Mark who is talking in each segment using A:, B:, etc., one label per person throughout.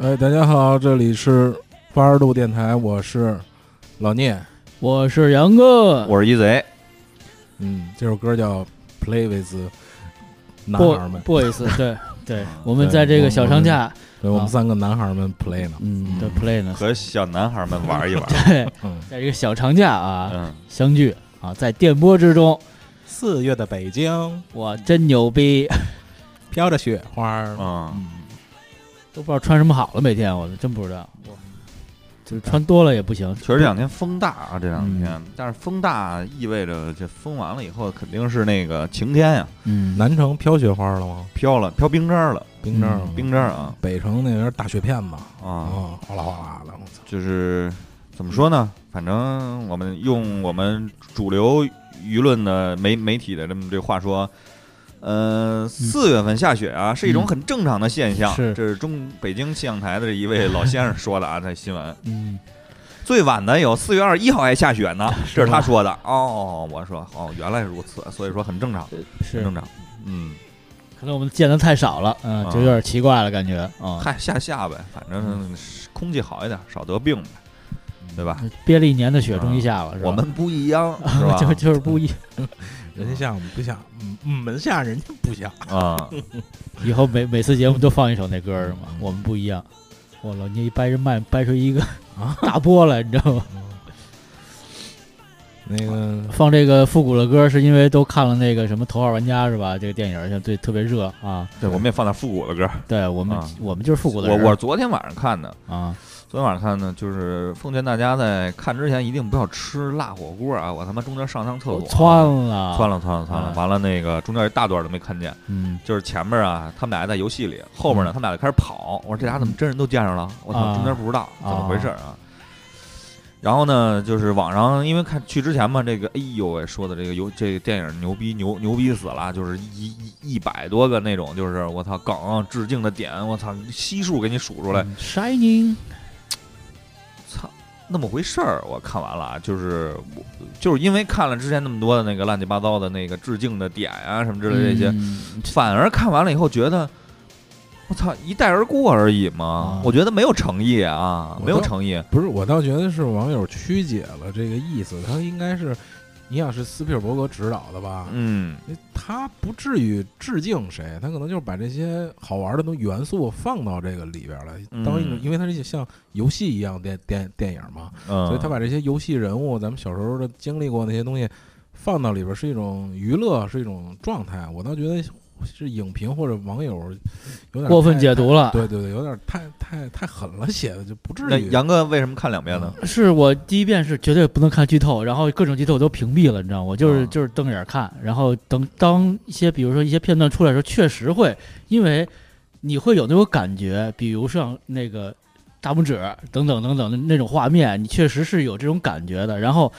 A: 哎，大家好，这里是八十度电台，我是老聂。
B: 我是杨哥，
C: 我是一贼，
A: 嗯，这首歌叫《Play with 男
B: 不
A: 孩们》，
B: 不 好意思，对对，我们在这个小长假，
A: 对我们
B: 啊
A: 三个男孩们 play 呢。
B: 嗯的 play 呢，
C: 和小男孩们玩一玩。
B: 对，
A: 嗯，
B: 在这个小长假啊
C: 嗯，
B: 相聚啊，在电波之中，
A: 四月的北京
B: 我真牛逼，
A: 飘着雪花。
C: 嗯，
B: 都不知道穿什么好了，每天我真不知道，就是穿多了也不行，
C: 确实这两天风大啊，这两天，
B: 嗯
C: 但是风大意味着这风完了以后肯定是那个晴天呀，
B: 嗯，
A: 南城飘雪花了吗？
C: 飘了飘冰渣了，
A: 冰镇、
B: 嗯
C: 冰渣啊
A: 北城那边大雪片子啊、
B: 哦
C: 啊，
A: 哗啦哗啦的，我操！
C: 就是怎么说呢？反正我们用我们主流舆论的媒媒体的这么这话说。呃，四月份下雪啊，是一种
B: 嗯
C: 很正常的现象。
B: 是
C: 这是中北京气象台的一位老先生说的啊，在新闻。
B: 嗯，
C: 最晚的有四月二十一号还下雪呢， 这
B: 吧
C: 是他说的。哦，我说哦，原来如此，所以说很正常，很
B: 是
C: 正，常。嗯，啊
B: 可能我们见的太少了，嗯，就有点奇怪了，感觉啊，
C: 嗨，下下呗，反
B: 嗯
C: 正是空气好一点，少得病呗，对吧？
B: 憋了一年的雪终于下嗯了，是吧
C: 啊我们 不一 样，是吧？
B: 就就是不一，
A: 人家下我们不下，嗯我们下人家不下。
C: 啊，
B: 以后每每次节目都放一首那歌儿是 吗？我们不一样。我老聂一掰着麦掰出一个
C: 啊
B: 大波来，你知道吗？
A: 那个
B: 放这个复古的歌儿是因为都看了那个什么《头号玩家》是吧？这个电影儿现在对特别热啊。
C: 对，我们也放点复古的歌。
B: 对我们、
C: 啊
B: 我们就是复古的
C: 我
B: 人
C: 我昨天晚上看的，
B: 啊，
C: 昨天晚上看的，就是奉劝大家在看之前一定不要吃辣火锅啊！我他妈中间上趟厕所，
B: 窜了
C: 窜了窜了窜了，
B: 啊
C: 完了那个中间一大段都没看见。
B: 嗯，
C: 就是前面啊，他们俩在游戏里，后面呢，他们俩就开始跑。我说这俩怎么真人都见着了？我操，
B: 嗯啊
C: 中间不知道怎么回事啊。然后呢，就是网上因为看去之前嘛，这个哎呦喂，说的这个游这个电影牛逼牛牛逼死了，就是一一一百多个那种，就是我操梗致敬的点，我操悉数给你数出来，
B: 嗯 Shining，
C: 操那么回事儿。我看完了啊，就是我就是因为看了之前那么多的那个乱七八糟的那个致敬的点啊什么之类的这些，
B: 嗯
C: 反而看完了以后觉得，我操，一带而过而已嘛
B: 啊。
C: 我觉得没有诚意啊
A: 我，倒
C: 没有诚意。
A: 不是，我倒觉得是网友曲解了这个意思，他应该是，你想是斯皮尔伯格指导的吧？
C: 嗯，
A: 他不至于致敬谁，他可能就是把这些好玩的东西元素放到这个里边来，当一种，
C: 嗯
A: 因为它是像游戏一样电电电影嘛，所
C: 所
A: 以他把这些游戏人物，咱们小时候的经历过那些东西，放到里边是一种娱乐，是一种状态。我倒觉得是影评或者网友有点
B: 过分
A: 太
B: 解读了
A: 对对对，有点太太太狠了，写的就不至
C: 那
A: 于。
C: 杨哥为什么看两遍呢？
B: 是我第一遍是绝对不能看剧透，然后各种剧透我都屏蔽了，你知道吗？我就是、
C: 啊
B: 就是瞪眼看，然后等当一些比如说一些片段出来的时候，确实会因为你会有那种感觉，比如像那个大拇指等等等等的那种画面，你确实是有这种感觉的。然后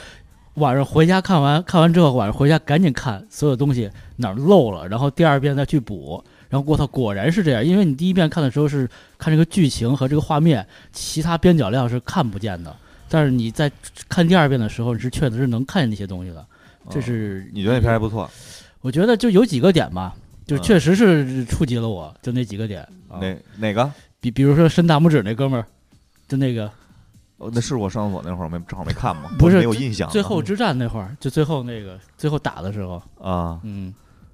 B: 晚上回家看完看完之后，晚上回家赶紧看所有东西哪儿漏了，然后第二遍再去补。然后我操，果然是这样，因为你第一遍看的时候是看这个剧情和这个画面，其他边角料是看不见的。但是你在看第二遍的时候，你是确实是能看见那些东西的。啊这
C: 嗯
B: 是
C: 你觉得那片还不错，
B: 我觉得就有几个点吧，就
C: 嗯
B: 确实是触及了我，就那几个点。啊
C: 哪哪个？
B: 比比如说伸大拇指那哥们儿，就那个
C: 哦那是我上厕所那会儿没正好没看吗？
B: 不是
C: 我没有印象。啊
B: 最后之战那会儿，就最后那
C: 嗯
B: 个最后打的时候，
C: 啊，
B: 嗯，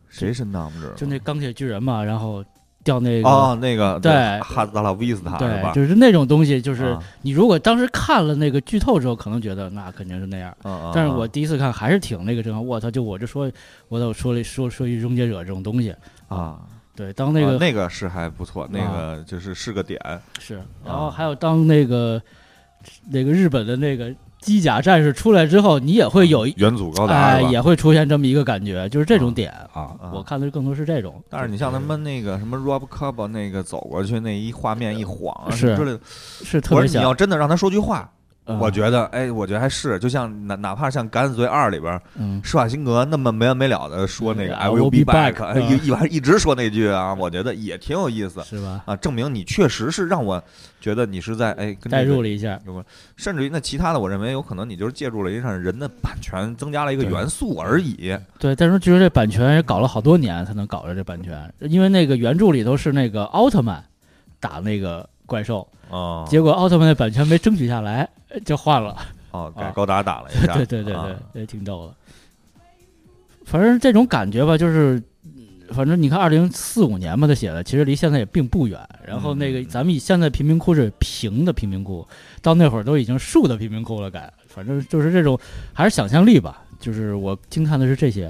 C: 谁伸大拇指了？啊
B: 就那钢铁巨人嘛，然后掉那个，
C: 哦，那个
B: 对
C: 哈兹达拉维斯塔是
B: 对，
C: 吧？
B: 就是那种东西，就是
C: 啊
B: 你如果当时看了那个剧透之后，可能觉得那肯定是那样。
C: 啊啊
B: 但是我第一次看还是挺那个震撼，我操！就我这说，我操，说了说说一终结者这种东西，
C: 啊，
B: 对，当那个、啊
C: 啊那个是还不错，那个就是是个点。
B: 是，然后还有当那个那个日本的那个机甲战士出来之后，你也会有一
C: 元祖高达
B: 哎
C: 是吧？
B: 也会出现这么一个感觉，就是这种
C: 啊
B: 点啊
C: 啊
B: 我看的更多是这种，
C: 但是你像他们那个什么 Rob c a b 那个走过去那一画面一晃啊
B: 是
C: 之类的，
B: 是特
C: 我说
B: 别
C: 你要
B: 像。
C: 真的让他说句话，
B: 嗯
C: 我觉得哎，我觉得还是就像哪哪怕像《敢死队二》里边
B: 嗯，
C: 施瓦辛格那么没完没了的说那个
B: 嗯
C: “I
B: I will
C: will
B: be
C: be back”，
B: back，
C: 哎
B: 嗯
C: 一一晚一直说那句啊，我觉得也挺有意思
B: 是吧？
C: 啊，证明你确实是让我觉得你是在哎跟
B: 代
C: 这
B: 入
C: 个，
B: 了一下，
C: 甚至于那其他的，我认为有可能你就是借助了一上人的版权，增加了一个
A: 对
C: 元素而已。
B: 对，但是据说这版权也搞了好多年才能搞着这版权，因为那个原著里头是那个奥特曼打那个怪兽，
C: 啊，
B: 结果奥特曼的版权没争取下来，呃就换了。
C: 哦，
B: 啊
C: 改高达打了一下，
B: 对对对对
C: 啊，
B: 也挺逗的。反正这种感觉吧，就是，嗯反正你看，二零四五年嘛，他写的，其实离现在也并不远。然后那个，
C: 嗯
B: 咱们以现在贫民窟是平的贫民窟，到那会儿都已经竖的贫民窟了，改。反正就是这种，还是想象力吧。就是我惊叹的是这些，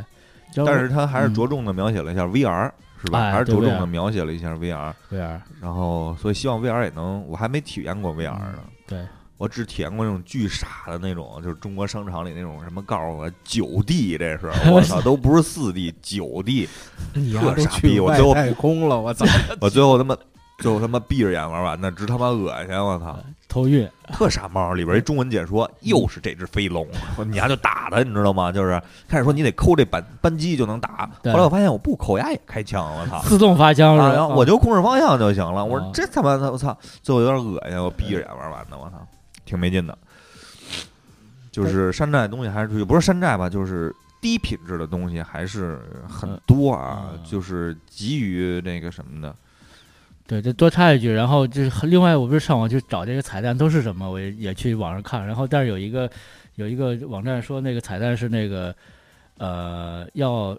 B: 然后
C: 但是他还是
B: 嗯
C: 着重的描写了一下 VR，是吧？
B: 哎
C: 还是
B: 对
C: 着重
B: VR
C: 的描写了一下 VR，
B: 对啊，
C: 然后所以希望 VR 也能，我还没体验过 VR 呢。
B: 对，
C: 我只体验过那种巨傻的那种，就是中国商场里那种什么告诉我九 D，这是 我操，都不是四 D，九 D，
A: 你丫
C: 特
A: 都
C: 傻逼
A: 去
C: 我
A: 外
C: 最后
A: 太空了，我操！
C: 我最后他妈最后他妈闭着眼玩完的，直他妈恶心，我操，
B: 头晕，
C: 特傻帽。里边一中文解
B: 嗯
C: 说，又是这只飞龙，我你丫就打他，你知道吗？就是开始说你得抠这扳扳机就能打，
B: 对
C: 后来我发现我不抠，丫也开枪，我操。
B: 自动发枪是
C: 啊，
B: 吧？
C: 然后我就控制方向就行了。我
B: 啊
C: 说这他妈的，我操！最后有点恶心，我闭着眼玩完的，我操，挺没劲的。就是山寨东西还是不是山寨吧，就是低品质的东西还是很多啊
B: 嗯，
C: 就是急于那个什么的。
B: 对，这多插一句，然后就是另外，我不是上网去找这个彩蛋都是什么，我也也去网上看，然后但是有一个有一个网站说那个彩蛋是那个呃要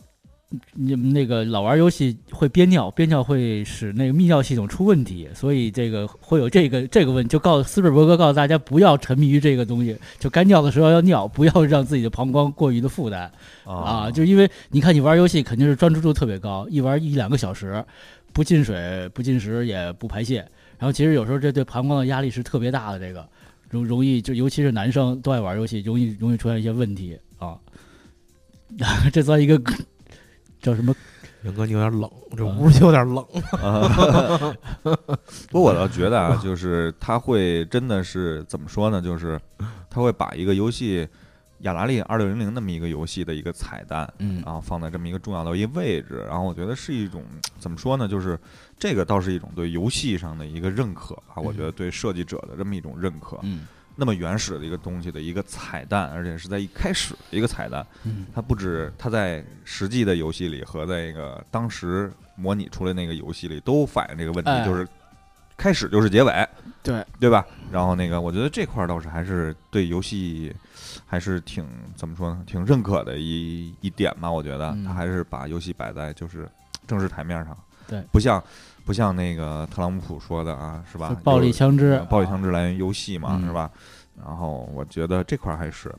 B: 你们那个老玩游戏会憋尿，憋尿会使那个泌尿系统出问题，所以这个会有这个这个问题，就告诉斯皮尔伯格告诉大家不要沉迷于这个东西，就该尿的时候要尿，不要让自己的膀胱过于的负担。啊，就因为你看你玩游戏肯定是专注度特别高，一玩一两个小时，不进水、不进食也不排泄，然后其实有时候这对膀胱的压力是特别大的，这个容容易就尤其是男生都爱玩游戏，容易容易出现一些问题啊。 这算一个 叫什么？
A: 杨哥，你有点冷，这
B: 啊
A: 屋儿有点冷。
C: 啊，不过我倒觉得啊，就是他会真的是怎么说呢？就是他会把一个游戏《雅达利二六零零》那么一个游戏的一个彩蛋，
B: 嗯
C: 啊，放在这么一个重要的一位置，然后我觉得是一种怎么说呢？就是这个倒是一种对游戏上的一个认可啊，我觉得对设计者的这么一种认可。
B: 嗯
C: 那么原始的一个东西的一个彩蛋，而且是在一开始的一个彩蛋，
B: 嗯
C: 它不止它在实际的游戏里和在那个当时模拟出来那个游戏里都反映这个问
B: 哎
C: 题，就是开始就是结尾，
B: 对
C: 对吧？然后那个我觉得这块儿倒是还是对游戏还是挺怎么说呢，挺认可的一一点吧。我觉得
B: 嗯
C: 他还是把游戏摆在就是正式台面上，
B: 对，
C: 不像不像那个特朗普说的啊，是吧？
B: 暴力
C: 有
B: 枪支，
C: 暴力
A: 啊
C: 枪支来源于游戏嘛，
B: 嗯
C: 是吧？然后我觉得这块儿还是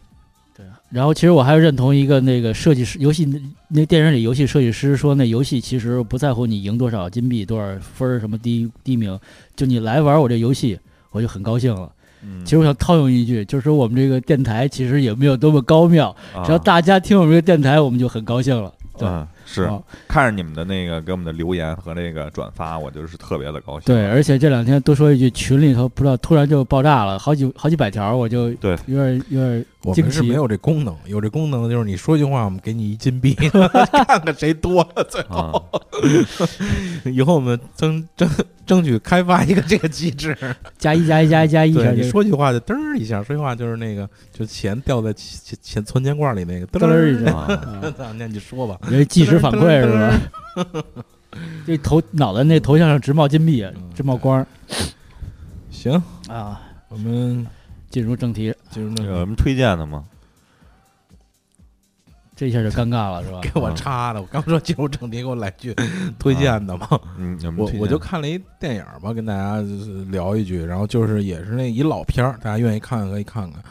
B: 对，然后其实我还是认同一个那个设计师，游戏那那电影里游戏设计师说，那游戏其实不在乎你赢多少金币、多少分儿、什么第一第一名，就你来玩我这游戏，我就很高兴了。
C: 嗯，
B: 其实我想套用一句，就是说我们这个电台其实也没有多么高妙，
C: 啊
B: 只要大家听我们这个电台，我们就很高兴了。对、
C: 嗯是
A: 哦
B: 啊
C: 看着你们的那个给我们的留言和那个转发，我就是特别的高兴。
B: 对，而且这两天多说一句，群里头不知道突然就爆炸了，好几好几百条，我就
C: 对
B: 有点有点
A: 我
B: 惊
A: 们是
B: 奇
A: 没。有这功能，有这功能就是你说句话，我们给你一金币， 看看谁多。
C: 啊，
A: 哦以后我们争争争取开发一个这个机制，
B: 加一加一加一加 一，
A: 对，
B: 全
A: 你
B: 是
A: 说句话就嘚儿一下，说句话就是那个，就钱掉在钱钱存钱罐里那个嘚
B: 嘚儿一下
C: 啊
B: 啊
A: 下。 那你说吧，
B: 你这即时反馈是吧？ 这头脑袋那头像上直冒金币，直冒光
A: 行，
B: 啊！
A: 我们
B: 进入正题，
A: 就是那
C: 有
A: 个
C: 什么推荐的吗？
B: 这一下就尴尬了是吧？
A: 给我插的，我刚说进入正题，给我来 句推荐的嘛。
C: 嗯，有什么
A: 我
C: 推荐
A: 我就看了一电影吧，跟大家就是聊一句，然后就是也是那一老片儿，大家愿意看可以看看，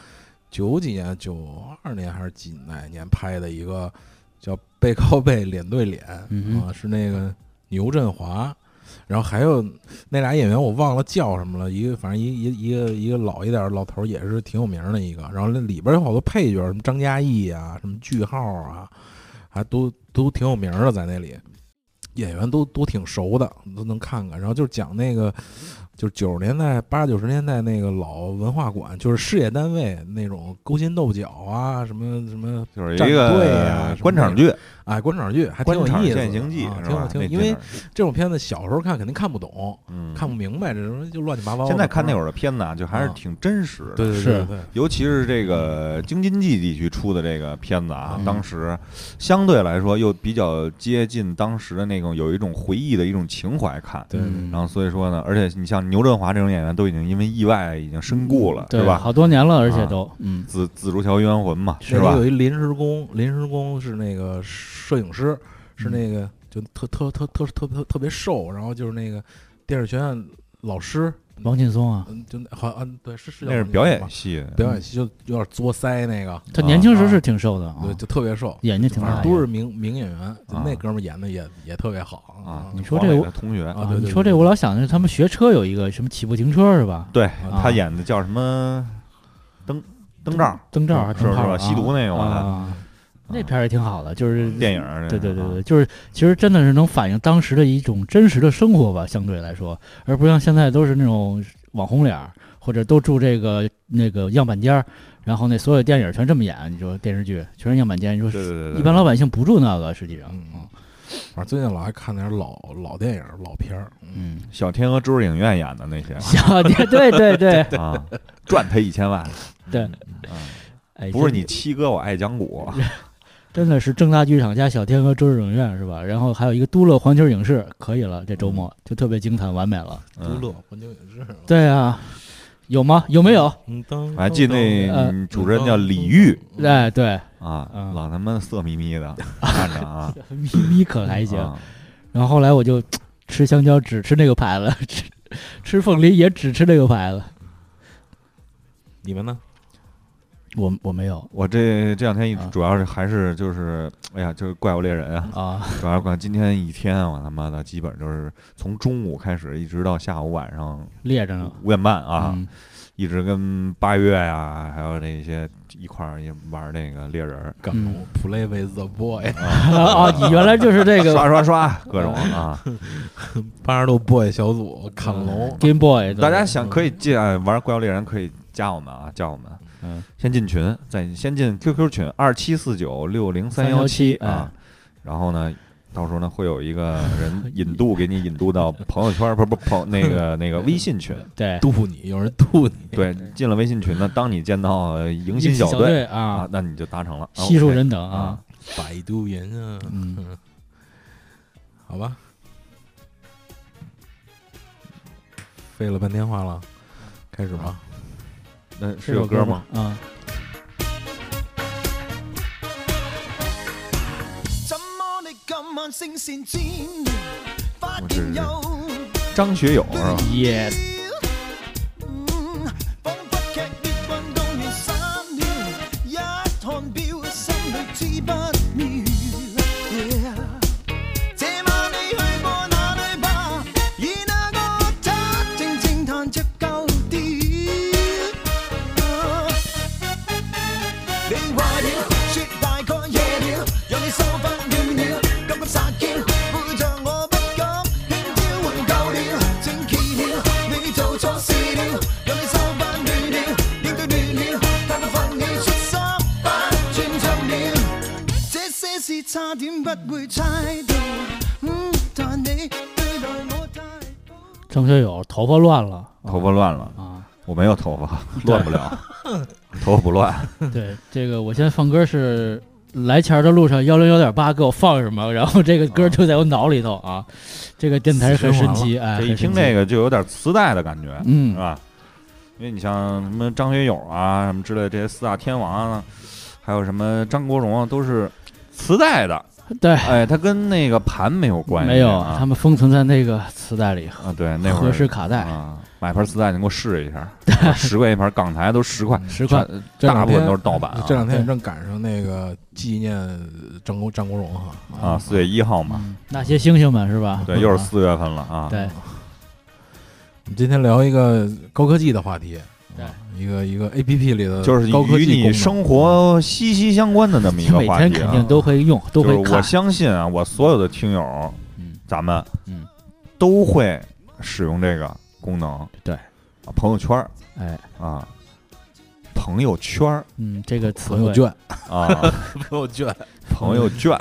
A: 九几年、九二年还是几哪年拍的一个叫《背靠背脸对脸》
B: 嗯哼
A: 啊，是那个牛振华，然后还有那俩演员我忘了叫什么了，一个反正一一一个一个老一点儿的老头儿也是挺有名儿的一个，然后那里边有好多配角，什么张嘉译啊，什么句号啊，还都都挺有名儿的在那里，演员都都挺熟的，你都能看看。然后就是讲那个，就是九十年代八九十年代那个老文化馆，就是事业单位那种勾心斗角啊，什么什么
C: 就是
A: 战
C: 一
A: 队啊什么
C: 个
A: 的
C: 官场剧，
A: 哎，官场剧还挺
C: 官
A: 有
C: 场
A: 意思的
C: 现形记
A: 啊
C: 是
A: 挺
C: 吧
A: 有？挺有，
C: 那
A: 因为
C: 电影
A: 这种片子小时候看肯定看不懂，
C: 嗯，
A: 看不明白，这什么就乱七八糟的。
C: 现在看那
A: 会
C: 会儿的片子啊，就还是
A: 啊
C: 挺真实的。
A: 对对对
B: 是
A: 对，
C: 尤其是这个京津冀地区出的这个片子啊，
B: 嗯
C: 当时相对来说又比较接近当时的那种有一种回忆的一种情怀看。
A: 对
B: 嗯
C: 然后所以说呢，而且你像牛振华这种演员，都已经因为意外已经身故了，是吧？
B: 好多年了，而且
C: 啊
B: 都嗯，
C: 紫紫竹桥冤魂嘛，
A: 那
C: 是
A: 里
C: 吧？
A: 有一临时工，临时工是那个摄影师，是
C: 嗯
A: 那个就特特特特特特特别瘦，然后就是那个电视学院老师，
B: 王劲松啊，
A: 嗯，就那好像嗯对是是叫
C: 那是
A: 王劲
C: 表
A: 松
C: 演
A: 吧
C: 戏，
A: 表演系就有点作腮那个，
B: 他
C: 啊
B: 年轻时候
A: 啊
B: 是挺瘦的啊，
A: 对，就特别瘦，
B: 眼睛挺
A: 反
B: 大
A: 正
B: 的，
A: 都是名名演员，就
C: 啊
A: 那哥们儿演的也也特别好
C: 啊。
B: 你说
C: 黄
B: 这
C: 磊
B: 我
C: 的同学，
A: 啊
B: 啊
A: 对对
B: 你说
A: 对
B: 这，我老想着他们学车有一个什么起步停车是吧？
C: 对
A: 啊
C: 他演的叫什么灯灯罩，
B: 灯罩还
C: 是
B: 挺
C: 不是
B: 胖的
C: 吧？
B: 啊
C: 吸毒那个嘛，
B: 啊，那片儿也挺好的，就是
C: 电影儿这
B: 对
C: 个
B: 对对
C: 啊
B: 对，就是其实真的是能反映当时的一种真实的生活吧，相对来说，而不像现在都是那种网红脸儿，或者都住这个那个样板间儿，然后那所有电影全这么演，你说电视剧全是样板间，你
C: 对
B: 说
C: 对对对，
B: 一般老百姓不住那个，实际上，
A: 嗯反正最近老爱看点老老电影、老片儿，嗯
B: 嗯，
C: 小天鹅知识影院演 的那些
B: 小店对对对
C: 啊，赚他一千万，
B: 对
C: 啊，
B: 哎，
C: 不是
B: 真
C: 你七哥，我爱讲古，
B: 真的是正大剧场加小天鹅周日影院是吧？然后还有一个都乐环球影视，可以了，这周末就特别精彩完美了。
A: 都
C: 嗯
A: 乐环球影视，
B: 对啊，有吗？有没有？
A: 嗯，当
C: 我还记得
A: 当
B: 呃
C: 那嗯主任叫李玉
A: 嗯
B: 哎，对，
C: 啊
B: 嗯，
C: 老他妈色眯眯 的看着啊，
B: 咪咪可还行。
C: 啊
B: 然后后来我就吃香蕉只吃那个牌子， 吃吃凤梨也只吃那个牌子。
A: 你们呢？
B: 我我没有
C: 我这这两天一直
B: 啊
C: 主要是还是就是，哎呀，就是怪物猎人啊，
B: 啊，
C: 主要管今天一天，我他妈的基本就是从中午开始，一直到下午晚上
B: 列着呢
C: 五点半啊，
B: 嗯
C: 一直跟八月呀、还有那些一块儿也玩那个猎人儿，
A: 干嘛？Play with the boy，
B: 啊啊！你原来就是这
C: 刷
B: 个
C: 刷刷各种啊。
A: 八十度 boy 小组砍龙，
B: Game Boy，
C: 大家想可以进来玩怪物猎人，可以加我们啊，加我们。
B: 嗯，
C: 先进群，再先进 QQ 群二七四九六零三幺七
B: 哎
C: 啊，然后呢。到时候呢，会有一个人引渡，给你引渡到朋友圈儿，不不朋 那个那个微信群，
B: 对
A: 渡你，有人渡你，
C: 对，进了微信群呢，当你见到呃迎新
B: 小
C: 小队
B: 啊
C: 啊，，那你就达成了，啊
B: 悉数
C: OK
B: 人等啊
C: 啊，，
A: 摆渡人啊，
B: 嗯。
A: 好吧，废了半天话了，开始吧。
C: 那是有歌吗？？
B: 啊，
D: 怎么你今晚聲線尖？發現有
C: 张学友是吧？
B: 也
D: 嗯彷彿劇烈運動完三秒，一看表心裏知不妙。Yeah 這晚你去過哪裏吧？而那個他正正彈着舊調。啊你話了，説大概夜了，讓你手不軟了，急急撒嬌，背着我不敢輕佻，玩夠了，正氣了，你做錯事了，讓你手不亂了，應對亂了，太過分了，出心不尊重了，這些事差點不會猜到，嗯，但你對待我太好。
B: 张学友头发乱了
C: 头发乱了，
B: 啊，
C: 我没有 头发，乱不了，头发不乱。
B: 对，这个我现在放歌是来前儿的路上幺零幺点八给我放什么，然后这个歌就在我脑里头啊，这个电台很神奇，哎，
C: 这一听这
B: 这
C: 个就有点磁带的感觉，是
B: 嗯，
C: 吧？因为你像什么张学友啊，什么之类的这些四大天王啊，还有什么张国荣啊，都是磁带的。
B: 对，
C: 哎，它跟那个盘没有关系，
B: 没有，
C: 啊
B: 他们封存在那个磁带里，
C: 啊，对，那会
B: 合
C: 儿
B: 适卡带
C: 啊，买盘磁带，你给我试一下，十块一盘，港台都十块，
B: 十块，
C: 全
A: 这两
C: 大部分
A: 天
C: 都是盗版啊
A: 这两天
B: 对
A: 正赶上那个纪念张国张国荣哈
C: 啊，四月一号嘛，
B: 嗯那些星星们是吧？
C: 对，又是
B: 啊
C: 四月份了啊，
B: 对，
A: 我们今天聊一个高科技的话题，
B: 对
A: 啊，一个一个 A P P 里的
C: 就是
A: 高科
C: 与
A: 技
C: 你
A: 功能
C: 生活息息相关的那么一个
B: 每
C: 话
B: 天
C: 题
B: 肯
C: 啊。
B: 定都会用，都
C: 就是
B: 会
C: 我
B: 看，
C: 相信啊，我所有的听友，
B: 嗯
C: 咱们
B: 嗯，
C: 都会使用这个功能。
B: 对
C: 啊，朋友圈儿
B: 哎，
C: 啊，朋友圈儿
B: 嗯，这个词
A: 朋友
B: 汇，
A: 圈，
C: 啊，
A: 朋友圈，
C: 朋友圈，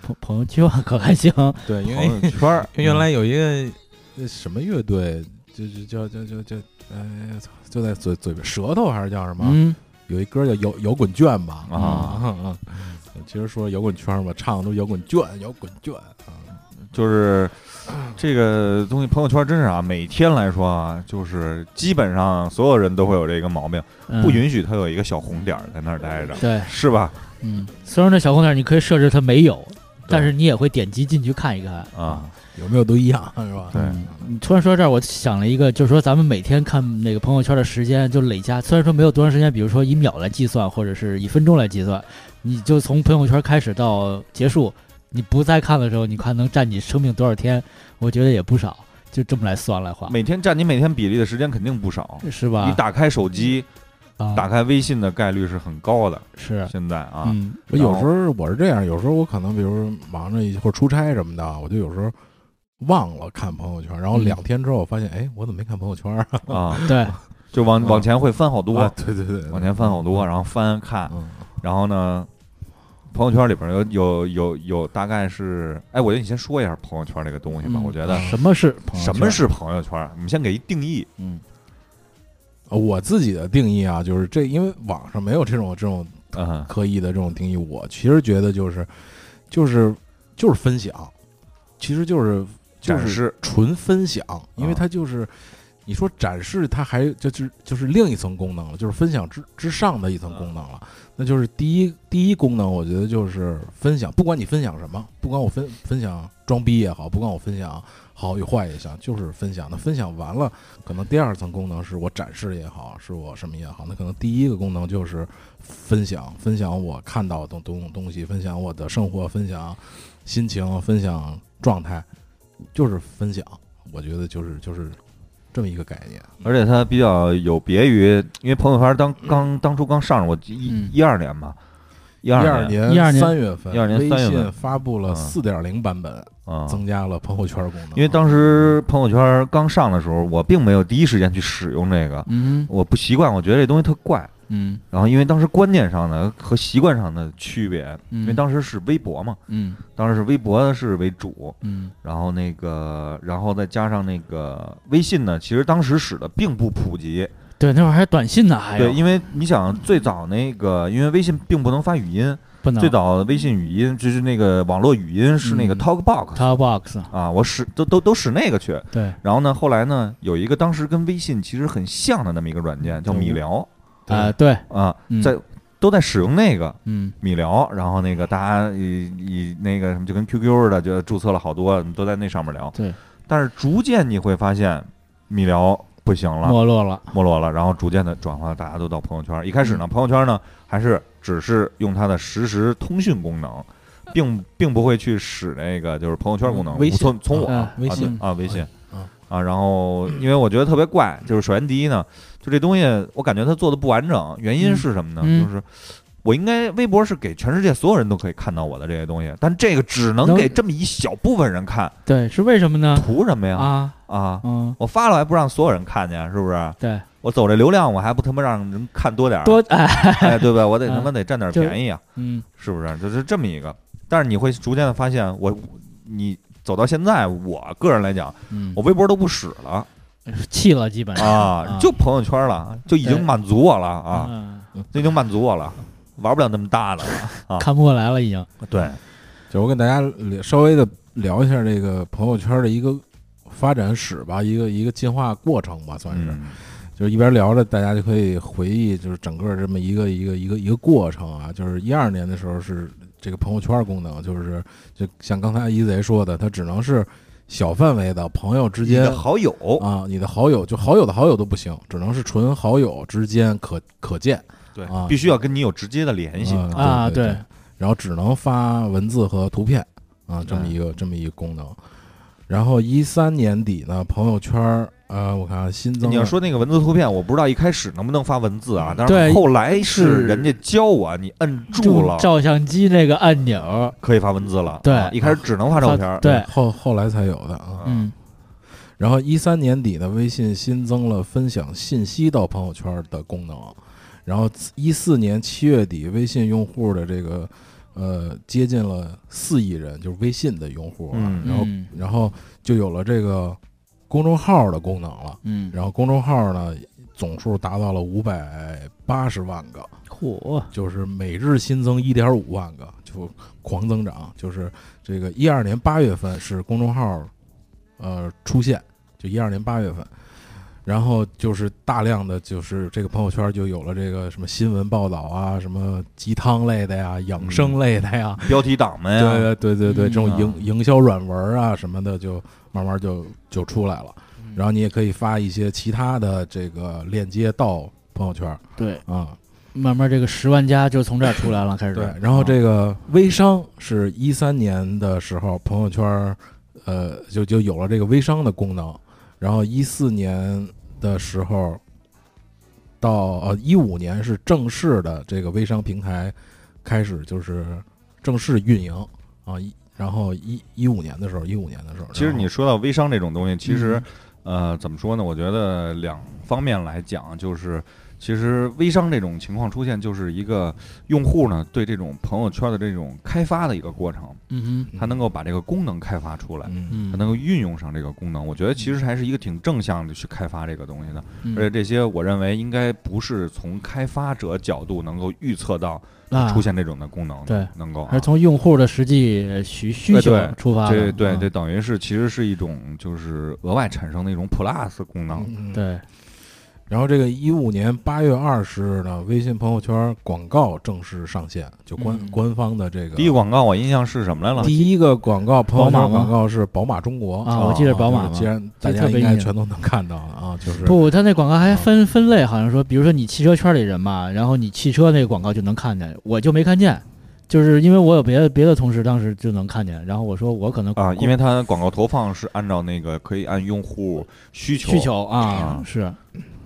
B: 朋朋友圈可还行？
A: 对，因为
C: 朋友圈儿
A: 因为原来有一个呃什么乐队，就就叫叫叫叫，哎，操就在嘴嘴边舌头还是叫什么？
B: 嗯，
A: 有一歌叫摇摇滚卷吧
C: 啊
A: 啊。其实说摇滚圈吧，唱的都是摇滚卷，摇滚卷啊，
C: 就是这个东西，朋友圈真是啊，每天来说啊，就是基本上所有人都会有这个毛病，
B: 嗯
C: 不允许他有一个小红点儿在那儿待着，
B: 对，
C: 是吧？
B: 嗯，虽然这小红点你可以设置它没有，但
C: 对
B: 是你也会点击进去看一看。
C: 啊，
A: 有没有都一样啊是吧？
C: 对
B: 嗯，你突然说到这儿，我想了一个，就是说咱们每天看那个朋友圈的时间就累加，虽然说没有多长时间，比如说以秒来计算，或者是以分钟来计算，你就从朋友圈开始到结束，你不再看的时候，你看能占你生命多少天？我觉得也不少，就这么来算来话，
C: 每天占你每天比例的时间肯定不少。
B: 是
C: 你
B: 吧？
C: 打开手机、
B: 啊，
C: 打开微信的概率是很高的，
B: 是，
C: 现在啊，
B: 嗯，
A: 我有时候我是这样，有时候我可能比如说忙着一或者出差什么的，我就有时候忘了看朋友圈，然后
B: 嗯
A: 两天之后我发现，哎，我怎么没看朋友圈啊？
C: 啊，
B: 对，
C: 就往
B: 嗯
A: 啊
C: 往前会翻好多，
A: 啊对对对，
C: 往前翻好多，然后翻看，
A: 嗯，
C: 然后呢，朋友圈里边有有有有大概是，哎，我觉得你先说一下朋友圈这个东西吧，
B: 嗯
C: 我觉得
B: 什么是朋友圈
C: 什么？是朋友圈，啊你们先给一定义，
B: 嗯
A: 呃我自己的定义啊，就是这，因为网上没有这种这种
C: 嗯
A: 刻意的这种定义，我其实觉得就是就是就是分享，其实就是就
C: 展
A: 是
C: 示
A: 纯分享，因为它就是。你说展示，它还就就是就是另一层功能了，就是分享之之上的一层功能了。那就是第一第一功能，我觉得就是分享，不管你分享什么，不管我分分享装逼也好，不管我分享好与坏也行，就是分享。那分享完了，可能第二层功能是我展示也好，是我什么也好，那可能第一个功能就是分享，分享我看到的东东东西，分享我的生活，分享心情，分享状态，就是分享。我觉得就是就是这么一个概念。
C: 而且它比较有别于，因为朋友圈当刚当初刚上，我一
B: 嗯
C: 一二年吧，一
A: 一
C: 二年
A: 年
B: 12年
A: 三月份，
C: 12年
A: 微
C: 3月份
A: 信发布了
C: 嗯
A: 四点零版本，
C: 啊，
A: 增加了朋友圈功能。
C: 因为当时朋友圈刚上的时候，我并没有第一时间去使用这个，
B: 嗯
C: 我不习惯，我觉得这东西特怪。
B: 嗯
C: 然后因为当时观念上的和习惯上的区别，
B: 嗯
C: 因为当时是微博嘛，
B: 嗯
C: 当时是微博是为主，
B: 嗯
C: 然后那个，然后再加上那个微信呢，其实当时使的并不普及。
B: 对，那会儿还短信呢，还有
C: 对，因为你想最早那个，因为微信并不能发语音，
B: 不能
C: 最早微信语音就是那个网络语音是那个
B: 嗯
C: TalkBox、
B: t o box
C: 啊，我使都都都使那个去。
B: 对，
C: 然后呢，后来呢，有一个当时跟微信其实很像的那么一个软件叫米聊
A: 对
B: 啊对，
C: 啊，
B: 嗯
C: 在都在使用那个
B: 嗯
C: 米聊，然后那个大家以以那个什么就跟 QQ 似的，就注册了好多，都在那上面聊。
B: 对，
C: 但是逐渐你会发现米聊不行了，
B: 没落了，
C: 没落了，然后逐渐的转化，大家都到朋友圈。一开始呢，朋友圈呢还是只是用它的实时通讯功能，并并不会去使那个就是朋友圈功能。
A: 嗯微信
C: 从从我
B: 嗯
A: 微信
C: 啊对啊微信
A: 嗯
C: 啊，然后因为我觉得特别怪，就是首先第一呢，就这东西我感觉它做的不完整，原因是什么呢？
B: 嗯嗯
C: 就是。我应该微博是给全世界所有人都可以看到我的这些东西，但这个只能
B: 能
C: 给这么一小部分人看，
B: 对，是为什么呢？
C: 图什么呀？
B: 啊，
C: 啊，
B: 嗯，
C: 我发了还不让所有人看见，是不是？
B: 对，
C: 我走这流量，我还不他妈让人看多点儿？
B: 多哎，
C: 哎，对吧？我得
B: 嗯
C: 他妈得占点
B: 就
C: 便宜啊，
B: 嗯，
C: 是不是？就是这么一个。但是你会逐渐的发现，我你走到现在，我个人来讲，
B: 嗯
C: 我微博都不使了
B: 弃了，基本上
C: 啊，就朋友圈了，就已
B: 对
C: 经满足我了啊，
B: 啊，
C: 就已经满足我了，玩不了那么大的了。
B: 看不过来了，已经。
C: 对，
A: 就我跟大家聊稍微的聊一下这个朋友圈的一个发展史吧，一个一个进化过程吧，算是。
C: 嗯
A: 就是一边聊着，大家就可以回忆，就是整个这么一个一个一个一个过程啊。就是一二年的时候是这个朋友圈功能，就是就像刚才一贼说的，它只能是小范围的朋友之
C: 你
A: 间
C: 的好友
A: 啊，你的好友就好友的好友都不行，只能是纯好友之间可可见
C: 对
A: 啊，
C: 必须要跟你有直接的联系。
A: 嗯
B: 啊
A: 对
B: 对
A: 然后只能发文字和图片啊，这么一
C: 嗯
A: 个这么一个功能。然后一三年底呢，朋友圈儿呃，我看啊新增
C: 你要
A: 了
C: 说那个文字图片，我不知道一开始能不能发文字啊，但
B: 对
C: 是后来
B: 是
C: 是人家教我，你摁住
B: 就
C: 了
B: 照相机那个按钮，
C: 可以发文字了。
B: 对
C: 啊一开始只能发照片儿。
B: 对，
A: 后后来才有的啊。
C: 啊
B: 嗯，
A: 然后一三年底呢，微信新增了分享信息到朋友圈的功能，然后一四年七月底，微信用户的这个呃接近了四亿人，就是微信的用户啊，
C: 嗯
A: 然后
B: 嗯
A: 然后就有了这个公众号的功能了。
B: 嗯，
A: 然后公众号呢，总数达到了五百八十万个，
B: 嚯，
A: 就是每日新增一点五万个，就狂增长。就是这个一二年八月份是公众号，呃，出现，就一二年八月份，然后就是大量的就是这个朋友圈就有了这个什么新闻报道啊，什么鸡汤类的呀，养生类的呀，
C: 标题党们哎呀，
A: 对对对对，这种
C: 嗯
A: 营营销软文啊什么的，就慢慢就就出来了。
C: 嗯
A: 然后你也可以发一些其他的这个链接到朋友圈儿
B: 对，
A: 啊，
B: 慢慢这个十万加就从这儿出来了，开始
A: 对。然
C: 啊
A: 后这个微商是一三年的时候，朋友圈儿呃就就有了这个微商的功能。然后一四年的时候，到呃一五年是正式的这个微商平台开始就是正式运营啊。一然后一一五年的时候，一五年的时候，
C: 其实
A: 然后
B: 哦
C: 你说到微商这种东西，其
B: 嗯
C: 实、呃怎么说呢？我觉得两方面来讲，就是其实微商这种情况出现，就是一个用户呢对这种朋友圈的这种开发的一个过程，
B: 嗯哼，
C: 他能够把这个功能开发出来。
A: 嗯
B: 嗯，
C: 他能够运用上这个功能，我觉得其实还是一个挺正向的去开发这个东西的。
B: 嗯
C: 而且这些，我认为应该不是从开发者角度能够预测到
B: 啊
C: 出现这种的功能的，
B: 对
C: 能够、啊
B: 还是。从用户的实际需需
C: 哎
B: 求
C: 对
B: 出发
C: 这
B: 的，
C: 对
A: 啊
B: 嗯
C: 这等于是其实是一种就是额外产生的一种 plus 功能，
A: 嗯
B: 对，
A: 然后这个一五年八月二十日呢，微信朋友圈广告正式上线，就官、
B: 嗯
A: 官方的这个
C: 第一个广告我印象是什么来了？
A: 第一个广告朋友
B: 宝马
A: 圈
B: 吗
A: 广告是宝马中国
B: 啊我记得宝马
A: 就是既然
B: 这
A: 大家
B: 特别
A: 应该
B: 印象
A: 全都能看到了啊，就是
B: 不，他那广告
C: 啊
B: 还分分类，好像说，比如说你汽车圈里人嘛，然后你汽车那个广告就能看见，我就没看见，就是因为我有别的别的同事当时就能看见，然后我说我可能
C: 啊，因为它广告投放是按照那个可以按用户需求
B: 需求啊
C: 啊
B: 是，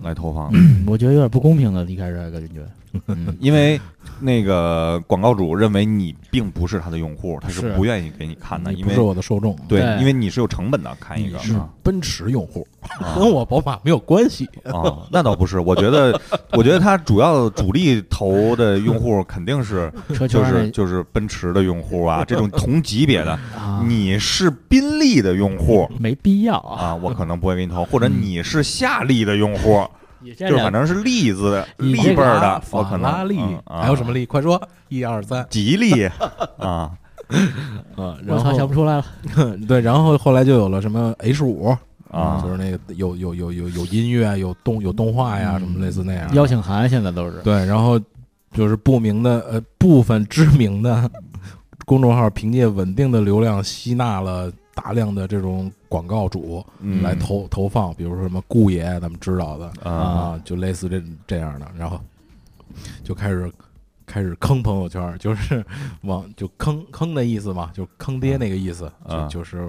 C: 来投放，
A: 嗯
B: 我觉得有点不公平的，一开始还感觉，
C: 嗯因为那个广告主认为你并不是他的用户，他是
B: 是
C: 不愿意给你看的，
A: 你
C: 因
A: 不是
C: 为
A: 我的受众，
C: 对
B: 对，
C: 因为你是有成本的看一
A: 你
C: 个
A: 是
C: 啊
A: 奔驰用户，
C: 啊
A: 跟我宝马没有关系。
C: 啊，那倒不是，我觉得，我觉得他主要主力投的用户肯定是
B: 车圈
C: 就
B: 儿
C: 是
B: 那
C: 就是奔驰的用户啊，这种同级别的，
B: 啊
C: 你是宾利的用户
B: 没必要啊，
C: 啊，我可能不会给你投，或者你是夏利的用户，
B: 你这
C: 就是
B: 两
C: 反正是利字的
B: 嗯你
C: 利
B: 这
C: 辈
B: 个
C: 儿
A: 啊
C: 的，我
A: 法
C: 可能
A: 拉利
C: 嗯啊
A: 还有什么利？快说，一二三，
C: 吉利啊，
A: 嗯，
B: 我
A: 然
B: 操想
A: 后
B: 不出来了，
A: 对，然后后来就有了什么 H 五
C: 啊
A: 就是那个有有有有有音乐，啊有动有动画呀，什么类似那
C: 啊
A: 样的
B: 邀请函现在都是，
A: 对，然后就是不明的呃部分知名的 公众号，凭借稳定的流量吸纳了大量的这种广告主
C: 嗯
A: 来投、投放，比如说什么顾爷，咱们知道的
C: 啊，
A: 就类似这这样的，然后就开始。开始坑朋友圈，就是往就坑坑的意思嘛，就坑爹那个意思，
C: 啊
A: 就就是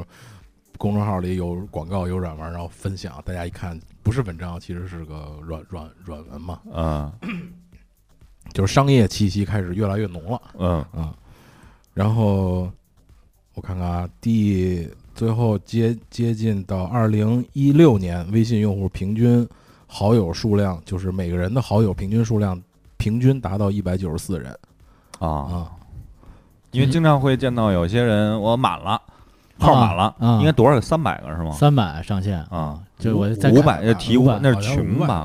A: 公众号里有广告有软文，然后分享，大家一看不是文章，其实是个软软软文嘛，
C: 嗯
A: 就是商业气息开始越来越浓了
C: 嗯
A: 啊。然后我看看啊，第最后接接近到二零一六年，微信用户平均好友数量，就是每个人的好友平均数量平均达到一百九十四人
C: 啊，
A: 啊。
C: 因为经常会见到有些人我满了，号满了，
B: 啊
C: 应该多少？三百个是吗？
B: 三百上限
C: 啊，
B: 就我再
C: 五
B: 看
C: 百提五
B: 500
C: 那
A: 好
C: 是
A: 像
C: 群
A: 500
C: 吧？
A: 吧，